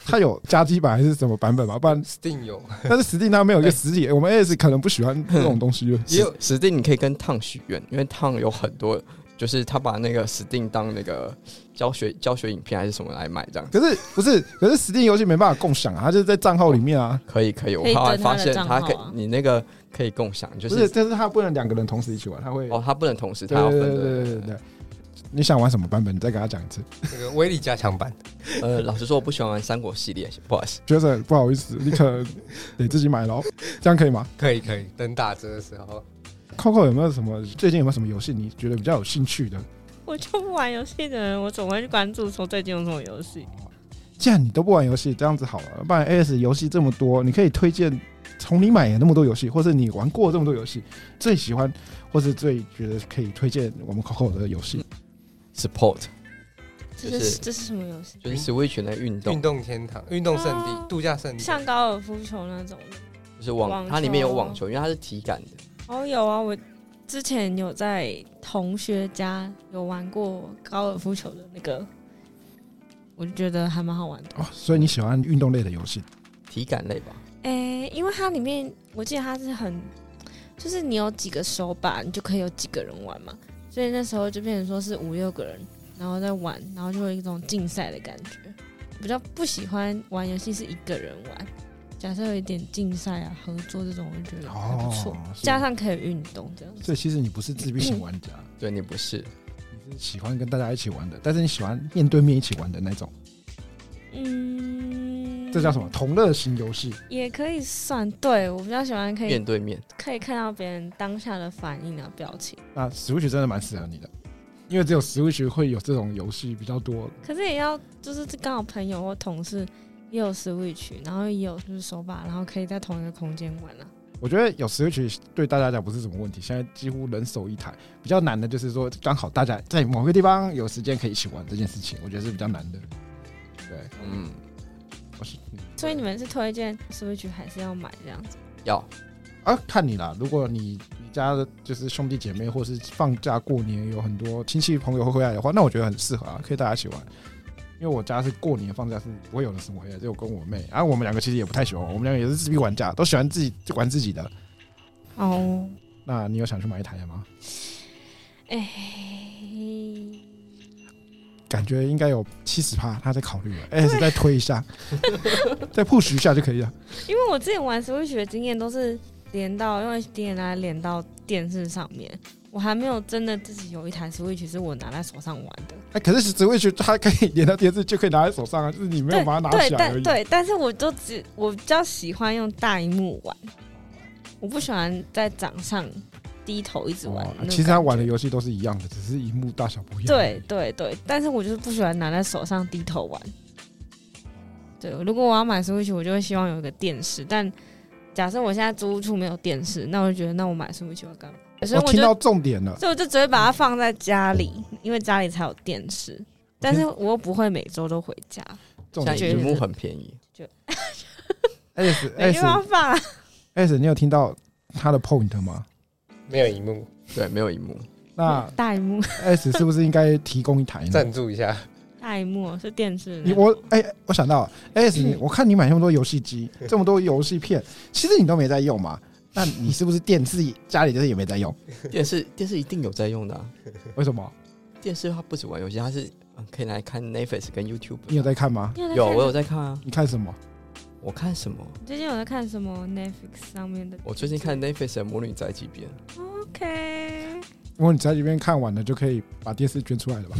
Speaker 1: 它有加基版还是什么版本吧？不然，
Speaker 3: ，Steam 有，
Speaker 1: 但是 Steam 它没有一个实体，我们 Alice 可能不喜欢这种东西。
Speaker 2: 也有史定，你可以跟烫许愿，因为烫有很多，就是他把那个史定当那个教学教学影片还是什么来买这样。
Speaker 1: *laughs* 可是不是？可是 Steam 游戏没办法共享啊，它就是在账号里面啊。
Speaker 2: 可以可以，我
Speaker 4: 可以
Speaker 2: 后来
Speaker 4: 登他
Speaker 2: 发
Speaker 4: 的
Speaker 2: 现
Speaker 4: 账
Speaker 2: 他
Speaker 4: 号
Speaker 2: 可以
Speaker 4: 啊
Speaker 2: 你那个可以共享，就
Speaker 1: 不是，
Speaker 2: 是
Speaker 1: 但是它不能两个人同时一起玩，它会
Speaker 2: 哦，他不能同时，他
Speaker 1: 对
Speaker 2: 要
Speaker 1: 对
Speaker 2: 分
Speaker 1: 对
Speaker 2: 的。
Speaker 1: 对对对。你想玩什么版本？你再给他讲一次。
Speaker 3: 那个威力加强版，
Speaker 2: 呃，老实说，我不喜欢玩三国系列，不好意思。
Speaker 1: 觉得不好意思，你可能得自己买咯。这样可以吗
Speaker 3: 可以可以，等打折的时候，
Speaker 1: ？Coco 有没有什么最近有没有什么游戏你觉得比较有兴趣的？
Speaker 4: 我就不玩游戏的人，我总会去关注说最近有什么游戏。
Speaker 1: 既然你都不玩游戏，这样子好了，不然 AS 游戏这么多，你可以推荐从你买的那么多游戏，或是你玩过这么多游戏，最喜欢或是最觉得可以推荐我们 Coco 的游戏。
Speaker 2: Support
Speaker 4: 这
Speaker 2: 就是
Speaker 4: 是这是什么游戏？
Speaker 1: 嗯
Speaker 2: 就是 Switch 那运动
Speaker 3: 运，动天堂、运动圣
Speaker 4: 哦
Speaker 3: 地、度假圣地，
Speaker 4: 像高尔夫球那种的。
Speaker 2: 就是网，
Speaker 4: 网
Speaker 2: 它里面有
Speaker 4: 球
Speaker 2: 网球，因为它是体感的。
Speaker 4: 哦，有啊，我之前有在同学家有玩过高尔夫球的那个，我就觉得还蛮好玩的。
Speaker 1: 哦，所以你喜欢运动类的游戏？
Speaker 2: 体感类吧，
Speaker 4: 诶、因为它里面我记得它是很，就是你有几个手把，你就可以有几个人玩嘛，所以那时候就变成说是五六个人，然后在玩，然后就有一种竞赛的感觉。比较不喜欢玩游戏是一个人玩，假设有一点竞赛啊、合作这种，我就觉得还不错，
Speaker 1: 哦是
Speaker 4: 加上可以运动这样子。
Speaker 1: 所以其实你不是自闭型玩家，
Speaker 2: 对你不是，
Speaker 1: 你是喜欢跟大家一起玩的，但是你喜欢面对面一起玩的那种，
Speaker 4: 嗯，
Speaker 1: 这叫什么？？同乐型游戏。
Speaker 4: 也可以算，对我比较喜欢可以
Speaker 2: 面对面。
Speaker 4: 可以看到别人当下的反应啊、表情，
Speaker 1: 那 Switch 真的蛮适合你的，因为只有 Switch 会有这种游戏比较多。
Speaker 4: 可是也要就是刚好朋友或同事也有 Switch，然后也有就是手把，然后可以在同一个空间玩啊。
Speaker 1: 我觉得有 Switch 对大家来讲不是什么问题，现在几乎人手一台。比较难的就是说，刚好大家在某个地方有时间可以一起玩这件事情，我觉得是比较难的。对，
Speaker 2: 嗯，
Speaker 1: 我是
Speaker 4: 所以你们是推荐 Switch 还是要买这样子？
Speaker 2: 要
Speaker 1: 啊，看你啦。如果你你家的就是兄弟姐妹，或是放假过年有很多亲戚朋友会回来的话，那我觉得很适合啊，可以大家一起玩。因为我家是过年放假是不会有人生活的，只有跟我妹。然、后我们两个其实也不太喜欢玩，我们两个也是自闭玩家，都喜欢自己玩自己的。
Speaker 4: 哦，
Speaker 1: 那你有想去买一台的吗？
Speaker 4: 哎，
Speaker 1: 感觉应该有七十趴，他在考虑了。S 再推一下，再 push 一下就可以了。
Speaker 4: 因为我之前玩 Switch 的经验都是连到用 HDMI 连到电视上面，我还没有真的自己有一台 Switch 是我拿在手上玩的。
Speaker 1: 哎、可是只会去，它可以连到电视就可以拿在手上啊，就是你没有把它拿
Speaker 4: 对
Speaker 1: 起来而
Speaker 4: 但
Speaker 1: 已。
Speaker 4: 对，但是我都只我比较喜欢用大荧幕玩，我不喜欢在掌上低头一直玩
Speaker 1: 哦
Speaker 4: 那种感觉。
Speaker 1: 其实他玩的游戏都是一样的，只是荧幕大小不一样。
Speaker 4: 对，对对，但是我就是不喜欢拿在手上低头玩。对，如果我要买 Switch，我就会希望有一个电视。但假设我现在租屋处没有电视，那我就觉得那我买 Switch 要干嘛？所以
Speaker 1: 我
Speaker 4: 我
Speaker 1: 哦听
Speaker 4: 就
Speaker 1: 到重点了。
Speaker 4: 所以我就只会把它放在家里，因为家里才有电视。但是我又不会每周都回家，
Speaker 1: 重
Speaker 2: 现在
Speaker 1: 点
Speaker 2: 荧幕很便宜，
Speaker 1: S
Speaker 4: *laughs* 没地
Speaker 1: S
Speaker 4: 方放啊。
Speaker 1: S，你有听到他的 point 吗？
Speaker 3: 没有荧幕，
Speaker 2: 对，没有荧幕，
Speaker 1: 那
Speaker 4: *laughs* 大荧幕，
Speaker 1: S 是不是应该提供一台呢？
Speaker 3: 赞助一下，
Speaker 4: 大荧幕是电视那
Speaker 1: 你
Speaker 4: 种。
Speaker 1: 我哎、我想到了 S，
Speaker 4: 嗯
Speaker 1: 我看你买那么多游戏机，这么多游戏片，其实你都没在用嘛？那你是不是电视家里就是也没在用？
Speaker 2: 电视电视一定有在用的、啊。
Speaker 1: 为什么？
Speaker 2: 电视它不止玩游戏，它是呃可以来看 Netflix 跟 YouTube 的。
Speaker 1: 你有在看吗？
Speaker 4: 你有在
Speaker 2: 有
Speaker 4: 看
Speaker 2: 我有在看啊。
Speaker 1: 你看什么？
Speaker 2: 我看什么？
Speaker 4: 你最近有在看什么 Netflix 上面的？
Speaker 2: 我最近看 Netflix 的《魔女宅急
Speaker 1: *laughs*
Speaker 2: 便》，
Speaker 4: OK，
Speaker 1: 如果你在这边看完了，就可以把电视捐出来了吧？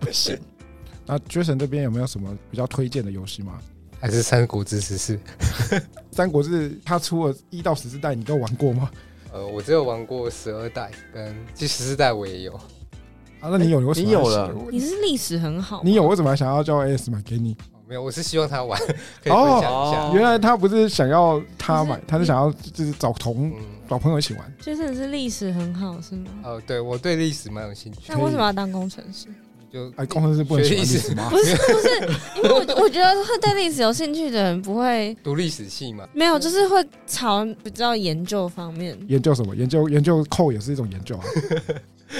Speaker 2: 不是
Speaker 1: 那 Jason 这边有没有什么比较推荐的游戏吗？
Speaker 3: 还是三国志十四？
Speaker 1: 《三国志》它出了一到十四代，你都玩过吗？
Speaker 3: 呃，我只有玩过十二代，跟第十四代我也有。哦
Speaker 1: 啊，那你有为什么
Speaker 2: 哎你有
Speaker 1: 还
Speaker 2: 了
Speaker 1: 想
Speaker 4: 你是历史很好吗，
Speaker 1: 你有为什么还想要叫 AS 买给你？
Speaker 3: 哦没有，我是希望他玩， *laughs* 可以分享一下。
Speaker 2: 哦
Speaker 1: 原来他不是想要他
Speaker 4: 不是
Speaker 1: 买，他是想要就是找同
Speaker 3: 嗯，
Speaker 1: 找朋友一起玩。
Speaker 4: 就是你是历史很好是吗？
Speaker 3: 哦，对我对历史蛮有兴趣，
Speaker 1: *laughs*
Speaker 4: 那为什么要当工程师？
Speaker 3: 就就
Speaker 1: 哎，工程师不能喜欢历史吗？
Speaker 4: 不是不是，因为我我觉得会对历史有兴趣的人不会
Speaker 3: 读历史系嘛，
Speaker 1: *laughs*
Speaker 4: 没有，就是会朝比较研究方面
Speaker 1: 研究什么？研究研究扣也是一种研
Speaker 4: *laughs*
Speaker 1: 究啊。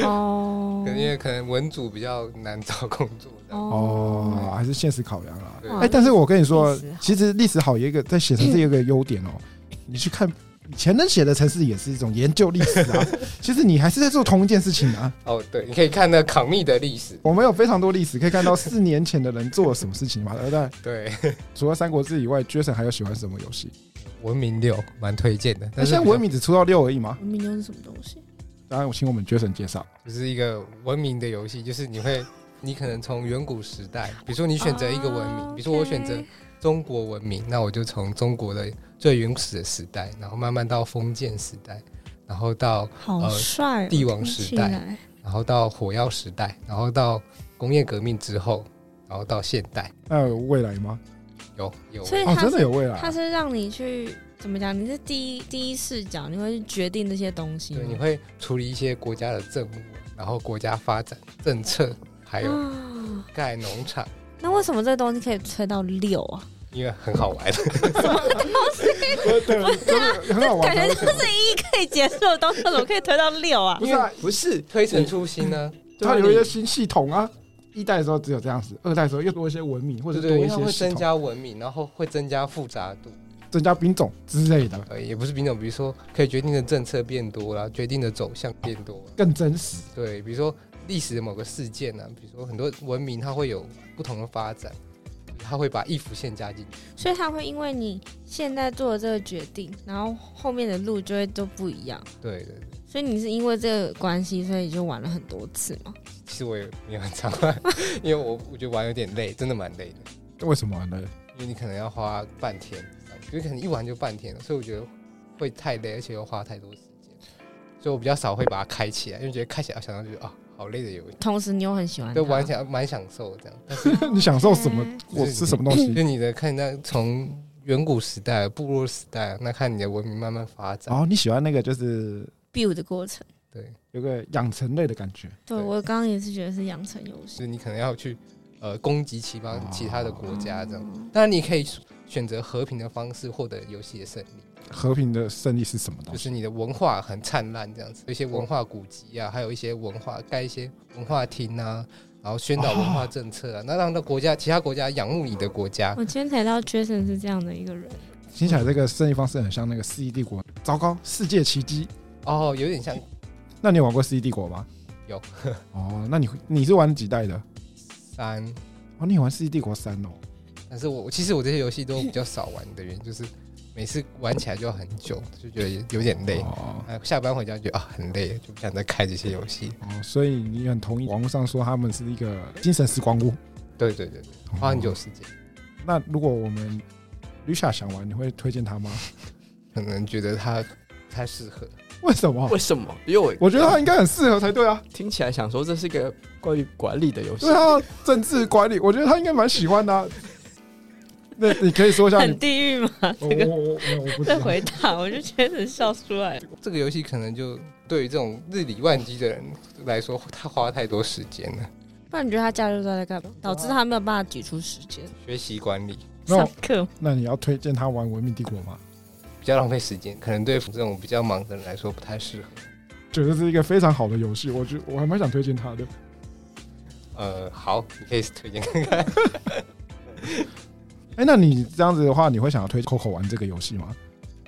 Speaker 4: 哦
Speaker 3: 可能因为可能文组比较难找工作这样。
Speaker 1: 哦，，还是现实考量啊。
Speaker 3: 对
Speaker 4: 哇
Speaker 1: 哎，但是我跟你说
Speaker 4: 历史好，
Speaker 1: 其实历史好有一个在写程式有一个优点
Speaker 4: *laughs*
Speaker 1: 哦，你去看以前人写的程式也是一种研究历史
Speaker 4: *laughs*
Speaker 1: 啊。其实你还是在做同一件事情啊。
Speaker 3: 哦，对，你可以看那扛密的历史，
Speaker 1: 我们有非常多历史可以看到四年前的人做了什么事情嘛。 *laughs* 而在
Speaker 3: 对，
Speaker 1: 除了《三国志》以外，Jason 还有喜欢什么游戏？
Speaker 3: 文明六蛮推荐的，
Speaker 1: 那
Speaker 3: 但是
Speaker 1: 现在文明只出到六而已嘛。
Speaker 4: 文明又是什么东西？
Speaker 1: 当然，我请我们 Jason 介绍。
Speaker 3: 就是一个文明的游戏，就是你会，你可能从远古时代，比如说你选择一个文明，
Speaker 4: 哦
Speaker 3: 比如说我
Speaker 4: OK
Speaker 3: 选择中国文明，那我就从中国的最原始的时代，然后慢慢到封建时代，然后到
Speaker 2: 呃
Speaker 4: 好帅哦，
Speaker 3: 帝王时代
Speaker 4: 听起来
Speaker 3: 然后到火药时代，然后到工业革命之后，然后到现代，
Speaker 1: 那有未来吗？
Speaker 3: 有有
Speaker 4: 所以
Speaker 1: 哦，
Speaker 4: 它
Speaker 1: 真的
Speaker 4: 是
Speaker 1: 有未来
Speaker 4: 它
Speaker 1: 啊。
Speaker 4: 是让你去怎么讲？你是第一第一视角，你会去决定这些东西吗。
Speaker 3: 对，你会处理一些国家的政务，然后国家发展政策，还
Speaker 1: 嗯
Speaker 3: 有
Speaker 4: 啊
Speaker 3: 盖农场，
Speaker 4: 那为什么这个东西可以吹到六啊？
Speaker 3: 因为很好
Speaker 1: 嗯
Speaker 3: 玩。
Speaker 1: 对，
Speaker 4: *laughs*
Speaker 1: 真的 *laughs* 很好玩。啊
Speaker 4: 感 *laughs* 觉就是一可以结束的东西，怎么可以推到六啊
Speaker 3: *laughs*
Speaker 1: 不？是啊，
Speaker 2: 不是
Speaker 3: 推陈出新呢、
Speaker 2: *laughs*
Speaker 1: 嗯
Speaker 2: 对啊
Speaker 1: 它有一些
Speaker 2: 你
Speaker 1: 新系统啊。一代的时候只有这样子，二代的时候又多一些文明，或者
Speaker 3: 对
Speaker 1: 多
Speaker 3: 对，因
Speaker 1: 一
Speaker 3: 为它
Speaker 1: 些
Speaker 3: 会
Speaker 1: 系
Speaker 3: 增
Speaker 1: 统，
Speaker 3: 加文明，然后会增加复杂度，
Speaker 1: 增加兵种之类的，
Speaker 3: 呃，也不是品种，比如说可以决定的政策变多啦，决定的走向变多啦，
Speaker 1: 更真实。
Speaker 3: 对，比如说历史的某个事件呢、比如说很多文明它会有不同的发展，它会把易服线加进去，
Speaker 4: 所以它会因为你现在做的这个决定，然后后面的路就会都不一样。
Speaker 3: 对对对，
Speaker 4: 所以你是因为这个关系，所以就玩了很多次嘛？
Speaker 3: 其实我也没有很常 *laughs* 玩，因为我我觉得玩有点累，真的蛮累的，
Speaker 1: 为什么呢？
Speaker 3: 因为你可能要花半天，有可能一玩就半天了，所以我觉得会太累，而且又花太多时间，所以我比较少会把它开起来，因为觉得开起来想到就是啊、好累的游戏。
Speaker 4: 同时你又很喜欢它，
Speaker 3: 对，玩起来蛮享受这样。但是
Speaker 4: *laughs*
Speaker 1: *laughs* 你享受什么？
Speaker 4: 嗯
Speaker 3: 就是
Speaker 1: 我吃什么东西
Speaker 3: 就？你的看那从远古时代、部落时代，那看你的文明慢慢发展。
Speaker 1: 哦，你喜欢那个就是
Speaker 4: ？build 的过程。
Speaker 3: 对，
Speaker 1: 有个养成类的感觉。
Speaker 4: 对
Speaker 3: 对
Speaker 4: 我刚刚也是觉得是养成游
Speaker 3: 就
Speaker 4: 戏，
Speaker 3: 是你可能要去呃攻击其他
Speaker 1: 哦
Speaker 3: 其他的国家这样。当然，你可以选择和平的方式获得游戏的胜利，
Speaker 1: 和平的胜利是什么东
Speaker 3: 就
Speaker 1: 西？
Speaker 3: 是你的文化很灿烂这样子，有一些文化古迹啊，还有一些文化盖一些文化厅啊。然后宣导
Speaker 1: 哦
Speaker 3: 文化政策啊，那让到国家其他国家仰慕你的国家，
Speaker 4: 我今天才知道 Jason 是这样的一个人。
Speaker 1: 听起来这个胜利方式很像那个《四亿帝国》。糟糕，世界奇迹！
Speaker 3: 哦，有点像
Speaker 1: 那你有玩过《四亿帝国》吗？
Speaker 3: 有。
Speaker 1: 哦，那你你是玩几代的？
Speaker 3: 三
Speaker 1: 哦，你也玩《世纪帝国三》哦。
Speaker 3: 但是我其实我这些游戏都比较少玩的原因，就是每次玩起来就要很久，就觉得有点累。
Speaker 1: 哦
Speaker 3: 啊，下班回家觉得啊很累，就不想再开这些游戏。
Speaker 1: 哦，所以你很同意网络上说他们是一个精神时光屋，哦
Speaker 3: 对对对，对
Speaker 1: 啊
Speaker 3: 花
Speaker 1: 嗯
Speaker 3: 很久时间，
Speaker 1: 那如果我们 Lucia 想玩，你会推荐 *laughs* 他吗？
Speaker 3: 可能觉得它不太适合。
Speaker 1: 为什么
Speaker 2: 为？什么？因为我
Speaker 1: 我觉得他应该很适合才对 *laughs* 啊。
Speaker 2: 听起来想说这是个关于管理的游戏
Speaker 1: 对，啊，政治管理，我觉得他应该蛮喜欢的 *laughs* 啊、那你可以说一
Speaker 3: 啊
Speaker 1: 下
Speaker 4: 很
Speaker 1: 你，
Speaker 4: 地狱吗？
Speaker 1: 我
Speaker 4: 这个
Speaker 1: 我我我
Speaker 4: *laughs*
Speaker 1: 我不知
Speaker 4: 这
Speaker 1: 道。
Speaker 4: 回答我就觉得笑出来了。
Speaker 3: 这个游戏可能就对于这种日理万机的人来说，他花太多时间了。
Speaker 4: 不然你觉得他假日都在干嘛？导致他没有办法挤出时间
Speaker 3: 学习管理
Speaker 1: 那 *laughs*
Speaker 4: 上
Speaker 1: 我
Speaker 4: 课。
Speaker 1: 那你要推荐他玩《文明帝国》吗？
Speaker 3: 比较浪费时间，可能对这种比较忙的人来说不太适合。
Speaker 1: 觉得是一个非常好的游戏，我觉我还蛮想推荐他的。
Speaker 3: 呃，好，你可以推荐看看。
Speaker 1: 哎、那你这样子的话，你会想要推 Coco 玩这个游戏吗？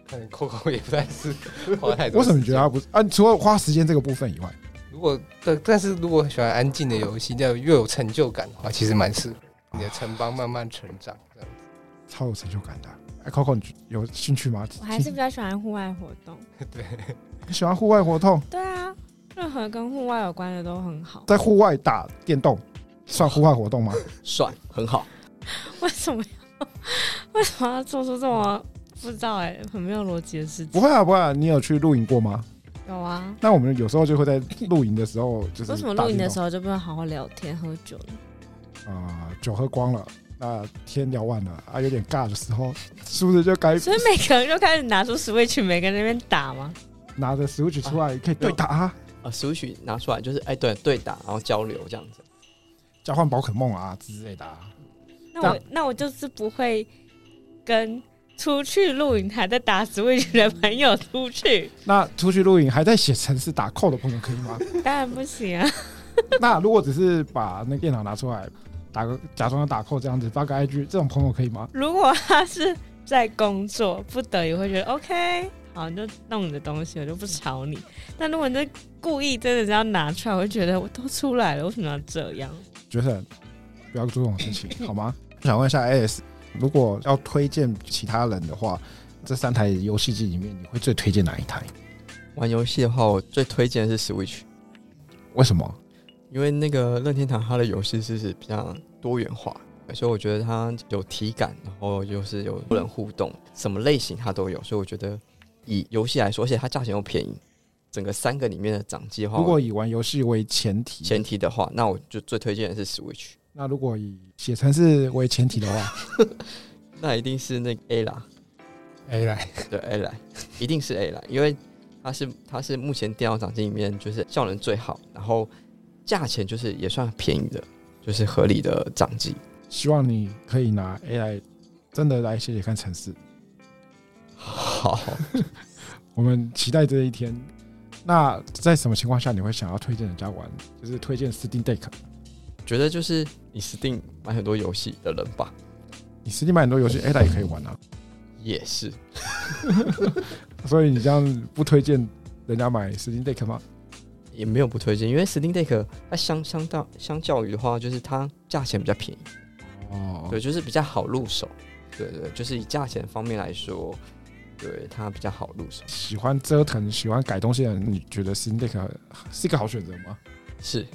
Speaker 3: 可能 Coco *laughs* 也不太是花太多。
Speaker 1: 为什么你觉得他？不是啊？除了花时间这个部分以外，
Speaker 3: 如果但但是如果喜欢安静的游戏，要又有成就感的话，其实蛮适合你的城邦慢慢成长这样 *laughs*
Speaker 1: 超有成就感的啊。哎，Coco，你有兴趣吗？
Speaker 4: 我还是比较喜欢户外活动。
Speaker 1: 你喜欢户外活动，
Speaker 4: 对啊，任何跟户外有关的都很好。
Speaker 1: 在户外打电动算户外活
Speaker 4: *laughs*
Speaker 1: 动吗？
Speaker 2: 算很好。
Speaker 4: 为什么要为什么要做出这么不知道哎、很没有逻辑的事
Speaker 1: 不
Speaker 4: 情？
Speaker 1: 会啊，不会啊。你有去露营过吗？
Speaker 4: 有啊，
Speaker 1: 那我们有时候就会在露营的时候，就是
Speaker 4: 为什么
Speaker 1: 打
Speaker 4: 录影的
Speaker 1: 电
Speaker 4: 时
Speaker 1: 动
Speaker 4: 候就不能好好聊天喝酒呢？
Speaker 1: 啊、酒喝光了，那天聊完了啊，有点尬的时候，是不是就该
Speaker 4: 所以每个人就开始拿出 Switch，每个人在那边打吗？
Speaker 1: 拿着 Switch 出来可以对打啊？
Speaker 2: 呃啊，手语拿出来就是哎，对对打，然后交流这样子。
Speaker 1: 交换宝可梦啊之类的、啊。
Speaker 4: 那我那我就是不会跟出去露营还在打 Switch 的朋友出去，
Speaker 1: 那出去露营还在写程式打扣的朋友可以吗？ *laughs*
Speaker 4: 当然不行啊。 *laughs*
Speaker 1: 那如果只是把那个电脑拿出来打个假装要打扣这样子发个 IG，这种朋友可以吗？
Speaker 4: 如果他是在工作，不得已会觉得 OK，好，你就弄你的东西，我就不吵你。但如果你是故意真的是要拿出来，我就觉得我都出来了，为什么要这样？
Speaker 1: 觉得不要做这种事情好吗？ *laughs* 想问一下 AS，如果要推荐其他人的话，这三台游戏机里面你会最推荐哪一台？
Speaker 2: 玩游戏的话，我最推荐的是 Switch，
Speaker 1: 为什么？
Speaker 2: 因为那个任天堂它的游戏是是比较多元化，所以我觉得它有体感，然后又是有人互动，什么类型它都有，所以我觉得以游戏来说，而且它价钱又便宜，整个三个里面的掌机的话，
Speaker 1: 如果以玩游戏为前提，
Speaker 2: 前提的话，那我就最推荐的是 Switch，
Speaker 1: 那如果以写程式为前提的话，
Speaker 2: 那一定是那个 A 啦，
Speaker 3: A 来，
Speaker 2: 对 A 来，一定是 A 来，因为它是它是目前电脑掌机里面就是效能最好，然后价钱就是也算便宜的，就是合理的掌机。
Speaker 1: 希望你可以拿 A 来真的来写写看程式。
Speaker 2: 好，
Speaker 1: 我们期待这一天。那在什么情况下你会想要推荐人家玩？就是推荐 Steam Deck。
Speaker 2: 觉得就是你 Steam 买很多游戏的人吧，
Speaker 1: 你 Steam 买很多游戏 A 来也可以玩啊，
Speaker 2: 也是
Speaker 1: 所以你这样不推荐人家买 Steam Deck 吗？
Speaker 2: 也没有不推荐，因为 Steam Deck 它相相当相较于的话，就是它价钱比较便宜，
Speaker 1: 哦
Speaker 2: 对，，就是比较好入手，对对，就是以价钱方面来说，对它比较好入手，
Speaker 1: 喜欢折腾、喜欢改东西的人，你觉得 Steam Deck 是一个好选择吗？
Speaker 2: 是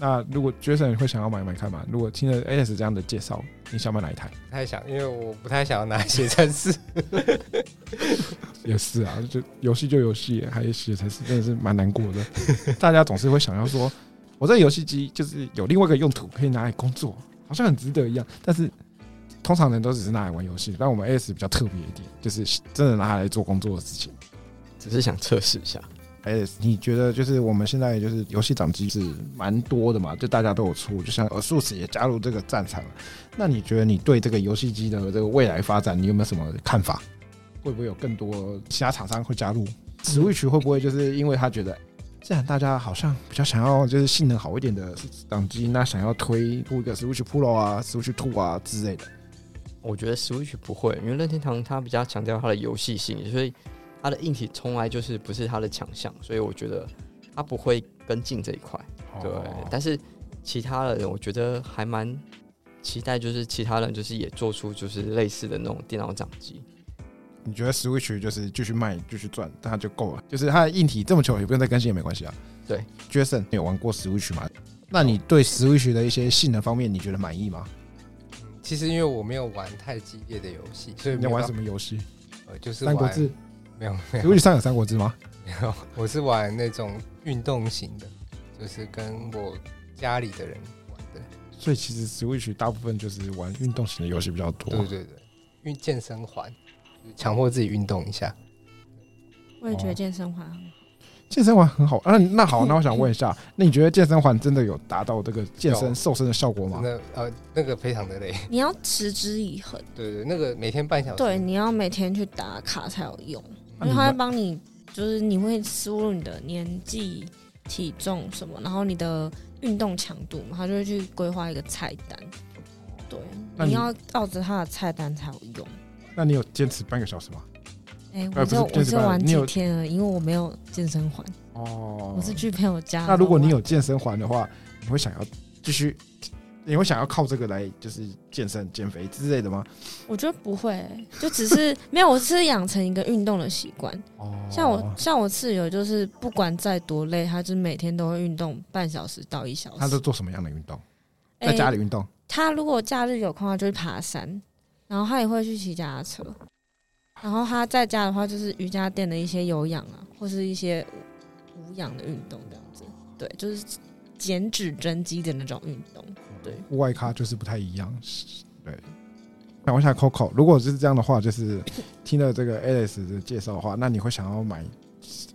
Speaker 1: 那如果 Jason 会想要买买看吗？如果听了 AS 这样的介绍，你想买哪一台？
Speaker 3: 不太想，因为我不太想要拿写程式。 *laughs*
Speaker 1: 也是啊，就游戏就游戏，还写程式真的是蛮难过的。 *laughs* 大家总是会想要说，我这个游戏机就是有另外一个用途，可以拿来工作，好像很值得一样。但是通常人都只是拿来玩游戏，但我们 AS 比较特别一点，就是真的拿它来做工作的事情。
Speaker 2: 只是想测试一下，
Speaker 1: AS，你哎觉得就是我们现在就是游戏掌机是蛮多的嘛，就大家都有出，就像 ASUS 也加入这个战场了。那你觉得你对这个游戏机的这个未来发展，你有没有什么看法？会不会有更多其他厂商会加入？Switch 会不会就是因为他觉得，既然大家好像比较想要就是性能好一点的掌机，那想要推出一个 Switch Pro 啊、Switch Two 啊之类的？
Speaker 2: 我觉得 Switch 不会，因为任天堂它比较强调它的游戏性，所以它的硬体从来就是不是它的强项，所以我觉得它不会跟进这一块。对，
Speaker 1: 哦
Speaker 2: 但是其他的人我觉得还蛮期待，就是其他人就是也做出就是类似的那种电脑掌机。
Speaker 1: 你觉得 Switch 就是继续卖、继续赚，但它就够了，就是它的硬体这么久也不用再更新也没关系啊。
Speaker 2: 对
Speaker 1: ，Jason 你有玩过 Switch 吗？那你对 Switch 的一些性能方面，你觉得满意吗？
Speaker 3: 嗯其实因为我没有玩太激烈的游戏，所以
Speaker 1: 你
Speaker 3: 没
Speaker 1: 要
Speaker 3: 有
Speaker 1: 玩
Speaker 3: 办
Speaker 1: 什么游戏？
Speaker 3: 法？呃就是
Speaker 1: 三
Speaker 3: 玩
Speaker 1: 国志
Speaker 3: 没有
Speaker 1: *laughs*
Speaker 3: 没有
Speaker 1: ，Switch 上有三国志吗？
Speaker 3: 没有， *laughs* 我是玩那种运动型的，就是跟我家里的人玩的。
Speaker 1: 所以其实 Switch 大部分就是玩运动型的游戏比较多。
Speaker 3: 对对对，因为健身环，就是强迫自己运动一下。
Speaker 4: 我也觉得健身环很好
Speaker 1: 健身环很好啊，那
Speaker 3: *laughs*
Speaker 1: 好，那我想问一下，那你觉得健身环真的有达到这个健身
Speaker 3: 有
Speaker 1: 瘦身的效果吗
Speaker 3: 真？的呃，那个非常的累，
Speaker 4: 你要持之以恒，
Speaker 3: 对对，那个每天半小时，
Speaker 4: 对，你要每天去打卡才有用，
Speaker 1: 那
Speaker 4: 因
Speaker 1: 你
Speaker 4: 为它
Speaker 1: 们
Speaker 4: 会帮啊你，就是你会输入你的年纪、体重什么，然后你的运动强度嘛，它就会去规划一个菜单。对，
Speaker 1: 那
Speaker 4: 你
Speaker 1: 你
Speaker 4: 要照着它的菜单才有用。
Speaker 1: 那你有坚持半个小时吗？
Speaker 4: 哎、
Speaker 1: 不
Speaker 4: 我
Speaker 1: 是
Speaker 4: 就
Speaker 1: 健身
Speaker 4: 我就
Speaker 1: 环
Speaker 4: 玩
Speaker 1: 你
Speaker 4: 几
Speaker 1: 有
Speaker 4: 天而已，因为我没有健身环，
Speaker 1: 哦
Speaker 4: 我是去朋友家。
Speaker 1: 那如果你
Speaker 4: 然后
Speaker 1: 有健身环的话，你会想要继续，你会想要靠这个来就是健身、减肥之类的吗？
Speaker 4: 我，我觉得不会、 *laughs* 就只是没有，我是养成一个运动的习惯。
Speaker 1: 哦
Speaker 4: 像我像我室友就是不管再多累，他就是每天都会运动半小时到一小时。
Speaker 1: 他是做什么样的运动？
Speaker 4: 哎
Speaker 1: 在家里运动，
Speaker 4: 他如果假日有空，他就会爬山，然后他也会去骑脚踏车。然后他在家的话，就是瑜伽垫的一些有氧啊，或是一些无无氧的运动这样子。对，就是减脂增肌的那种运动。对，
Speaker 1: 户外咖就是不太一样。对，想问一下 Coco，如果是这样的话，就是听了这个 Alice 的介绍的话，那你会想要买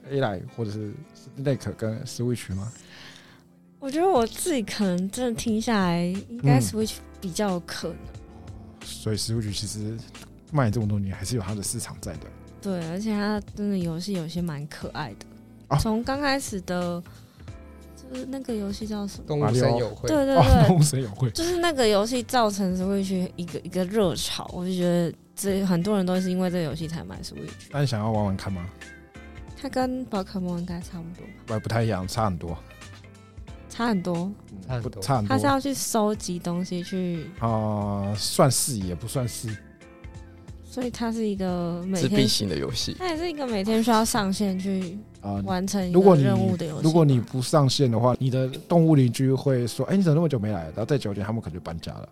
Speaker 1: A 来或者是 Snake 跟 Switch 吗？
Speaker 4: 我觉得我自己可能真的听下来，应该
Speaker 1: 嗯
Speaker 4: Switch 比较有可能。
Speaker 1: 所以食物局其实卖这么多年，还是有它的市场在的。
Speaker 4: 对，而且它真的游戏有些蛮可爱
Speaker 1: 啊
Speaker 4: 的。从、刚开始的，就是那个游戏叫什么？
Speaker 3: 动
Speaker 1: 马
Speaker 3: 物
Speaker 1: 里
Speaker 3: 森
Speaker 1: 奥
Speaker 3: 友会，
Speaker 1: *laughs*
Speaker 4: 对对
Speaker 1: 哦，
Speaker 4: 对，
Speaker 1: 动物森友会，
Speaker 4: 就是那个游戏造成 Switch 一个一个热潮，我就觉得这很多人都是因为这个游戏才买 Switch。
Speaker 1: 那你想要玩玩看吗？
Speaker 4: 它跟宝可梦应该差不多吧，
Speaker 1: 不不太一样，差很多，
Speaker 4: 差很多。
Speaker 3: 差
Speaker 1: 嗯
Speaker 3: 很
Speaker 1: 不
Speaker 3: 多
Speaker 1: 差很
Speaker 4: 它是
Speaker 1: 多。
Speaker 4: 要去收集东西去，
Speaker 1: 啊，算是也不算是，
Speaker 4: 所以它是一个每
Speaker 2: 自闭
Speaker 4: 天，
Speaker 2: 型的游
Speaker 4: *laughs*
Speaker 2: 戏，
Speaker 4: 它也是一个每天需要上线去
Speaker 1: 啊。
Speaker 4: 完成一
Speaker 1: 如果
Speaker 4: 个
Speaker 1: 你
Speaker 4: 任务的游戏吧。
Speaker 1: 如果你不上线的话，你的动物邻居会说：“哎，你怎么那么久没来？”然后再久一点，他们可能就搬家了。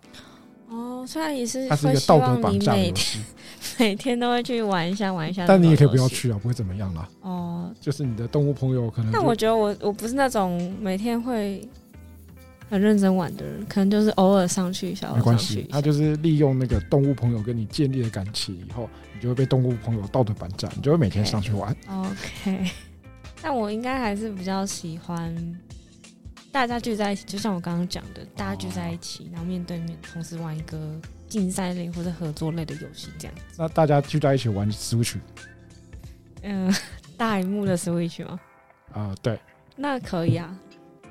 Speaker 4: 哦，虽然也是
Speaker 1: 它是一
Speaker 4: 会
Speaker 1: 个
Speaker 4: 希
Speaker 1: 道德
Speaker 4: 望
Speaker 1: 绑
Speaker 4: 你
Speaker 1: 架的
Speaker 4: 每
Speaker 1: 游戏，
Speaker 4: *laughs* 每天都会去玩一下玩一下，
Speaker 1: *laughs* 但你也可以不要。去啊，不会怎么样啦。
Speaker 4: 哦，
Speaker 1: 就是你的动物朋友可能就
Speaker 4: 但我觉得我我不是那种每天会很认真玩的人，可能就是偶尔上去一下，偶
Speaker 1: 没
Speaker 4: 尔
Speaker 1: 关
Speaker 4: 上去
Speaker 1: 系
Speaker 4: 一，下
Speaker 1: 他。就是利用那个动物朋友跟你建立的感情以后，你就会被动物朋友道德绑架，你就会每天上去玩。
Speaker 4: OK，但 *laughs* 我应该还是比较喜欢大家聚在一起，就像我刚刚讲的，大家聚在一起，然后面对面同时玩一个竞赛类或者合作类的游戏，这样。
Speaker 1: 那大家聚在一起玩 Switch
Speaker 4: 嗯、 *laughs* 大荧幕的 Switch 吗？
Speaker 1: 啊、对
Speaker 4: 那可以啊。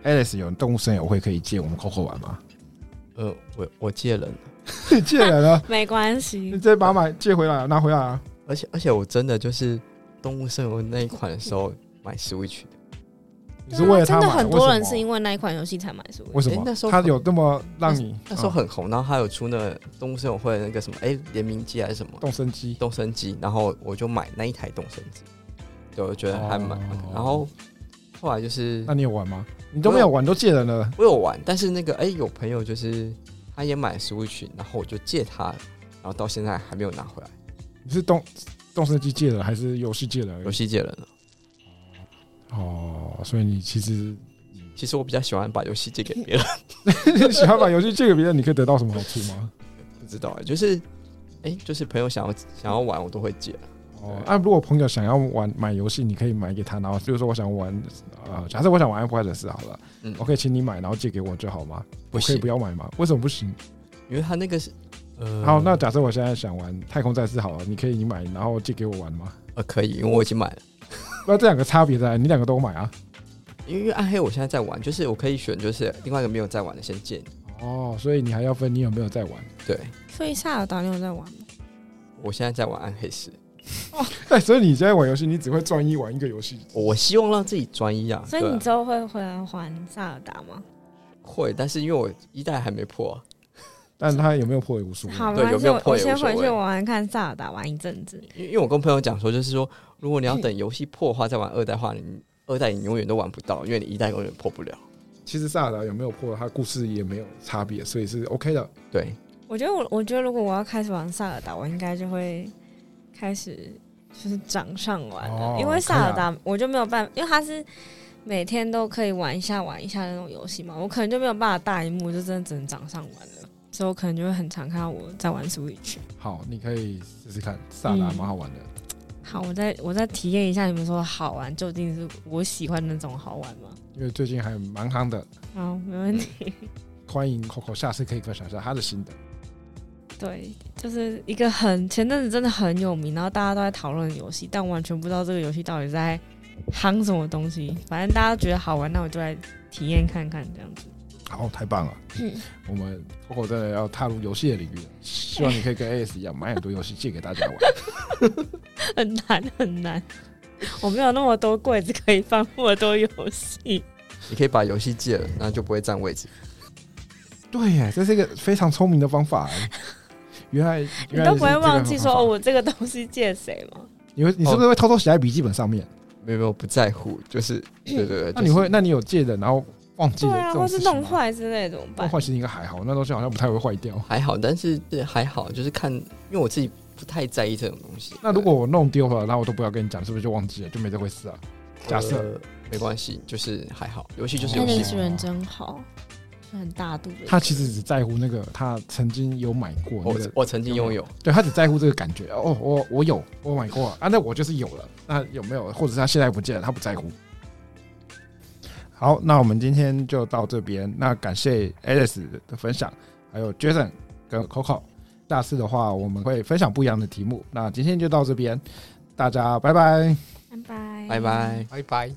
Speaker 1: ，Alice 有动物森友会可以借我们 Coco 玩
Speaker 3: *laughs*
Speaker 1: 吗？
Speaker 2: 呃，我我借人了，
Speaker 1: 借人啊，
Speaker 4: *laughs* 没关
Speaker 1: 你
Speaker 4: 系，
Speaker 1: 再把它买借回来啊，拿回来啊。
Speaker 2: 而且而且我真的就是动物森友会那一款的时候买 Switch 的，
Speaker 1: *laughs* 你是为了
Speaker 4: 啊真
Speaker 1: 他
Speaker 4: 的
Speaker 1: 买？
Speaker 4: 很多人
Speaker 1: 为什么
Speaker 4: 是因为那一款游戏才买 Switch。
Speaker 1: 为什
Speaker 2: 诶
Speaker 1: 么
Speaker 2: 那时？候
Speaker 1: 他有那么让你啊
Speaker 2: 那时候很红，然后它有出那动物森友会的那个什么哎联名机还是什么
Speaker 1: 啊动身机，
Speaker 2: 动身机，然后我就买那一台动身机，对，我觉得还蛮
Speaker 1: 哦，
Speaker 2: 然后后来就是
Speaker 1: 那你有玩吗？你都没有玩，都借人了。
Speaker 2: 我有玩，但是那个哎、有朋友就是他也买 Switch，然后我就借他，然后到现在还没有拿回来，
Speaker 1: 你是动动身机借人还是游戏借人而已？
Speaker 2: 游戏借人了。
Speaker 1: 哦，所以你其实 *laughs*
Speaker 2: 其实我比较喜欢把游戏借给别人，
Speaker 1: 喜欢把游戏借给别人，你可以得到什么好处吗？
Speaker 2: 不知道哎、就是哎、就是朋友想要想要玩，我都会借。
Speaker 1: 哦，那、如果朋友想要玩买游戏，你可以买给他，然后比如说我想玩，呃，假设我想玩 Apple 的事好了，
Speaker 2: 嗯
Speaker 1: 我可以请你买，然后借给我就好吗？我
Speaker 2: 不
Speaker 1: 可以
Speaker 2: 行
Speaker 1: 不要买吗？为什么不行？
Speaker 2: 因为他那个是呃，
Speaker 1: 好，那假设我现在想玩太空战士好了，你可以你买，然后借给我玩吗？ *laughs*
Speaker 2: 呃可以，因为我已经买了。
Speaker 1: 那这两个差别在哪里，你两个都买啊？
Speaker 2: 因为暗黑我现在在玩，就是我可以选，就是另外一个没有在玩的先借你。
Speaker 1: 哦，所以你还要分你有没有在玩？
Speaker 2: 对
Speaker 4: 所以萨尔达你有在玩吗？
Speaker 2: 我现在在玩暗黑十，
Speaker 1: 对， *laughs* 所以你现在玩游戏，你只会专一玩一个游戏。
Speaker 2: 我希望让自己专一啊。
Speaker 4: 所以
Speaker 2: 对啊
Speaker 4: 你之后会回来还萨尔达吗？
Speaker 2: 会，但是因为我一代还没破啊、
Speaker 1: 但他有没有破也无所谓。
Speaker 4: 好，没
Speaker 2: 对
Speaker 4: 关
Speaker 2: 有
Speaker 4: 系，
Speaker 2: 没有
Speaker 4: 我
Speaker 2: 破
Speaker 4: 我
Speaker 2: 也
Speaker 4: 先
Speaker 2: 无所
Speaker 4: 回去
Speaker 2: 谓
Speaker 4: 玩玩看萨尔达玩一阵子。
Speaker 2: 因为因为我跟朋友讲说，就是说，如果你要等游戏破的话再玩二代的话，你二代你永远都玩不到，因为你一代永远破不了。
Speaker 1: 其实萨尔达有没有破，他故事也没有差别，所以是 OK 的。
Speaker 2: 对，
Speaker 4: 我觉得我，我觉得如果我要开始玩萨尔达，我应该就会开始就是掌上玩了，
Speaker 1: 哦
Speaker 4: 因为萨尔达我就没有办法，因为它是每天都可以玩一下玩一下的那种游戏嘛，我可能就没有办法大荧幕，就真的只能掌上玩了，所以我可能就会很常看到我在玩 Switch。
Speaker 1: 好，你可以试试看，萨尔达
Speaker 4: 嗯
Speaker 1: 蛮好玩的。
Speaker 4: 好，我再我再体验一下你们说的好玩究竟是我喜欢的那种好玩吗？
Speaker 1: 因为最近还蛮夯的，
Speaker 4: 好，没问题。
Speaker 1: 欢迎 Coco 下次可以分享一下他的心得。
Speaker 4: 对，就是一个很前阵子真的很有名，然后大家都在讨论的游戏，但完全不知道这个游戏到底在夯什么东西。反正大家觉得好玩，那我就来体验看看这样子。
Speaker 1: 好，太棒了！
Speaker 4: 嗯
Speaker 1: 我们 Coco 真的要踏入游戏的领域了，希望你可以跟 AS 一样买很多游戏借给大家玩。
Speaker 4: 很难很难，我没有那么多柜子可以放那么多游戏。
Speaker 2: 你可以把游戏戒了，那就不会占位置。
Speaker 1: 对耶，这是一个非常聪明的方
Speaker 4: *laughs*
Speaker 1: 法耶。原来
Speaker 4: 你
Speaker 1: *laughs* 原来
Speaker 4: 都
Speaker 1: 是
Speaker 4: 不会
Speaker 1: 这个
Speaker 4: 忘记说
Speaker 1: 方法
Speaker 4: 哦，我这个东西借谁吗？
Speaker 1: 你会你是不是会偷偷写在笔记本上面？
Speaker 2: 没有没有，不在乎，
Speaker 1: *coughs*
Speaker 2: 就是对对哦对。
Speaker 1: 那你
Speaker 2: 就是
Speaker 1: 会那你有借的，然后忘记
Speaker 4: 对
Speaker 1: 了
Speaker 4: 啊，
Speaker 1: 这种
Speaker 4: 或是
Speaker 1: 事
Speaker 4: 弄
Speaker 1: 情吗？
Speaker 4: 坏之类的怎么
Speaker 1: 弄
Speaker 4: 办？
Speaker 1: 坏其实应该还好，那东西好像不太会坏掉。
Speaker 2: 还好，但是是还好，就是看，因为我自己不太在意这种东西。
Speaker 1: 那如果我弄丢了，那我都不要跟你讲，是不是就忘记了，就没这回事啊？
Speaker 2: 对
Speaker 1: 假设
Speaker 2: 呃没关系，就是还好，游戏就是
Speaker 1: 那
Speaker 2: 游
Speaker 1: 你
Speaker 2: 戏
Speaker 1: 是。人真
Speaker 4: 好，是很大度的
Speaker 1: 他其实只在乎那个他曾经有买过那
Speaker 2: 我
Speaker 1: 个，
Speaker 2: 我曾经拥有，
Speaker 1: 对他只在乎这个感觉。哦，我我有我买过啊，那我就是有了。那有没有，或者是他现在不见了，他不在乎。好，那我们今天就到这边。那感谢 Alice 的分享，还有 Jason 跟 Coco。下次的话，我们会分享不一样的题目。那今天就到这边，大家拜拜。
Speaker 4: 拜拜，
Speaker 2: 拜拜。
Speaker 3: 拜拜。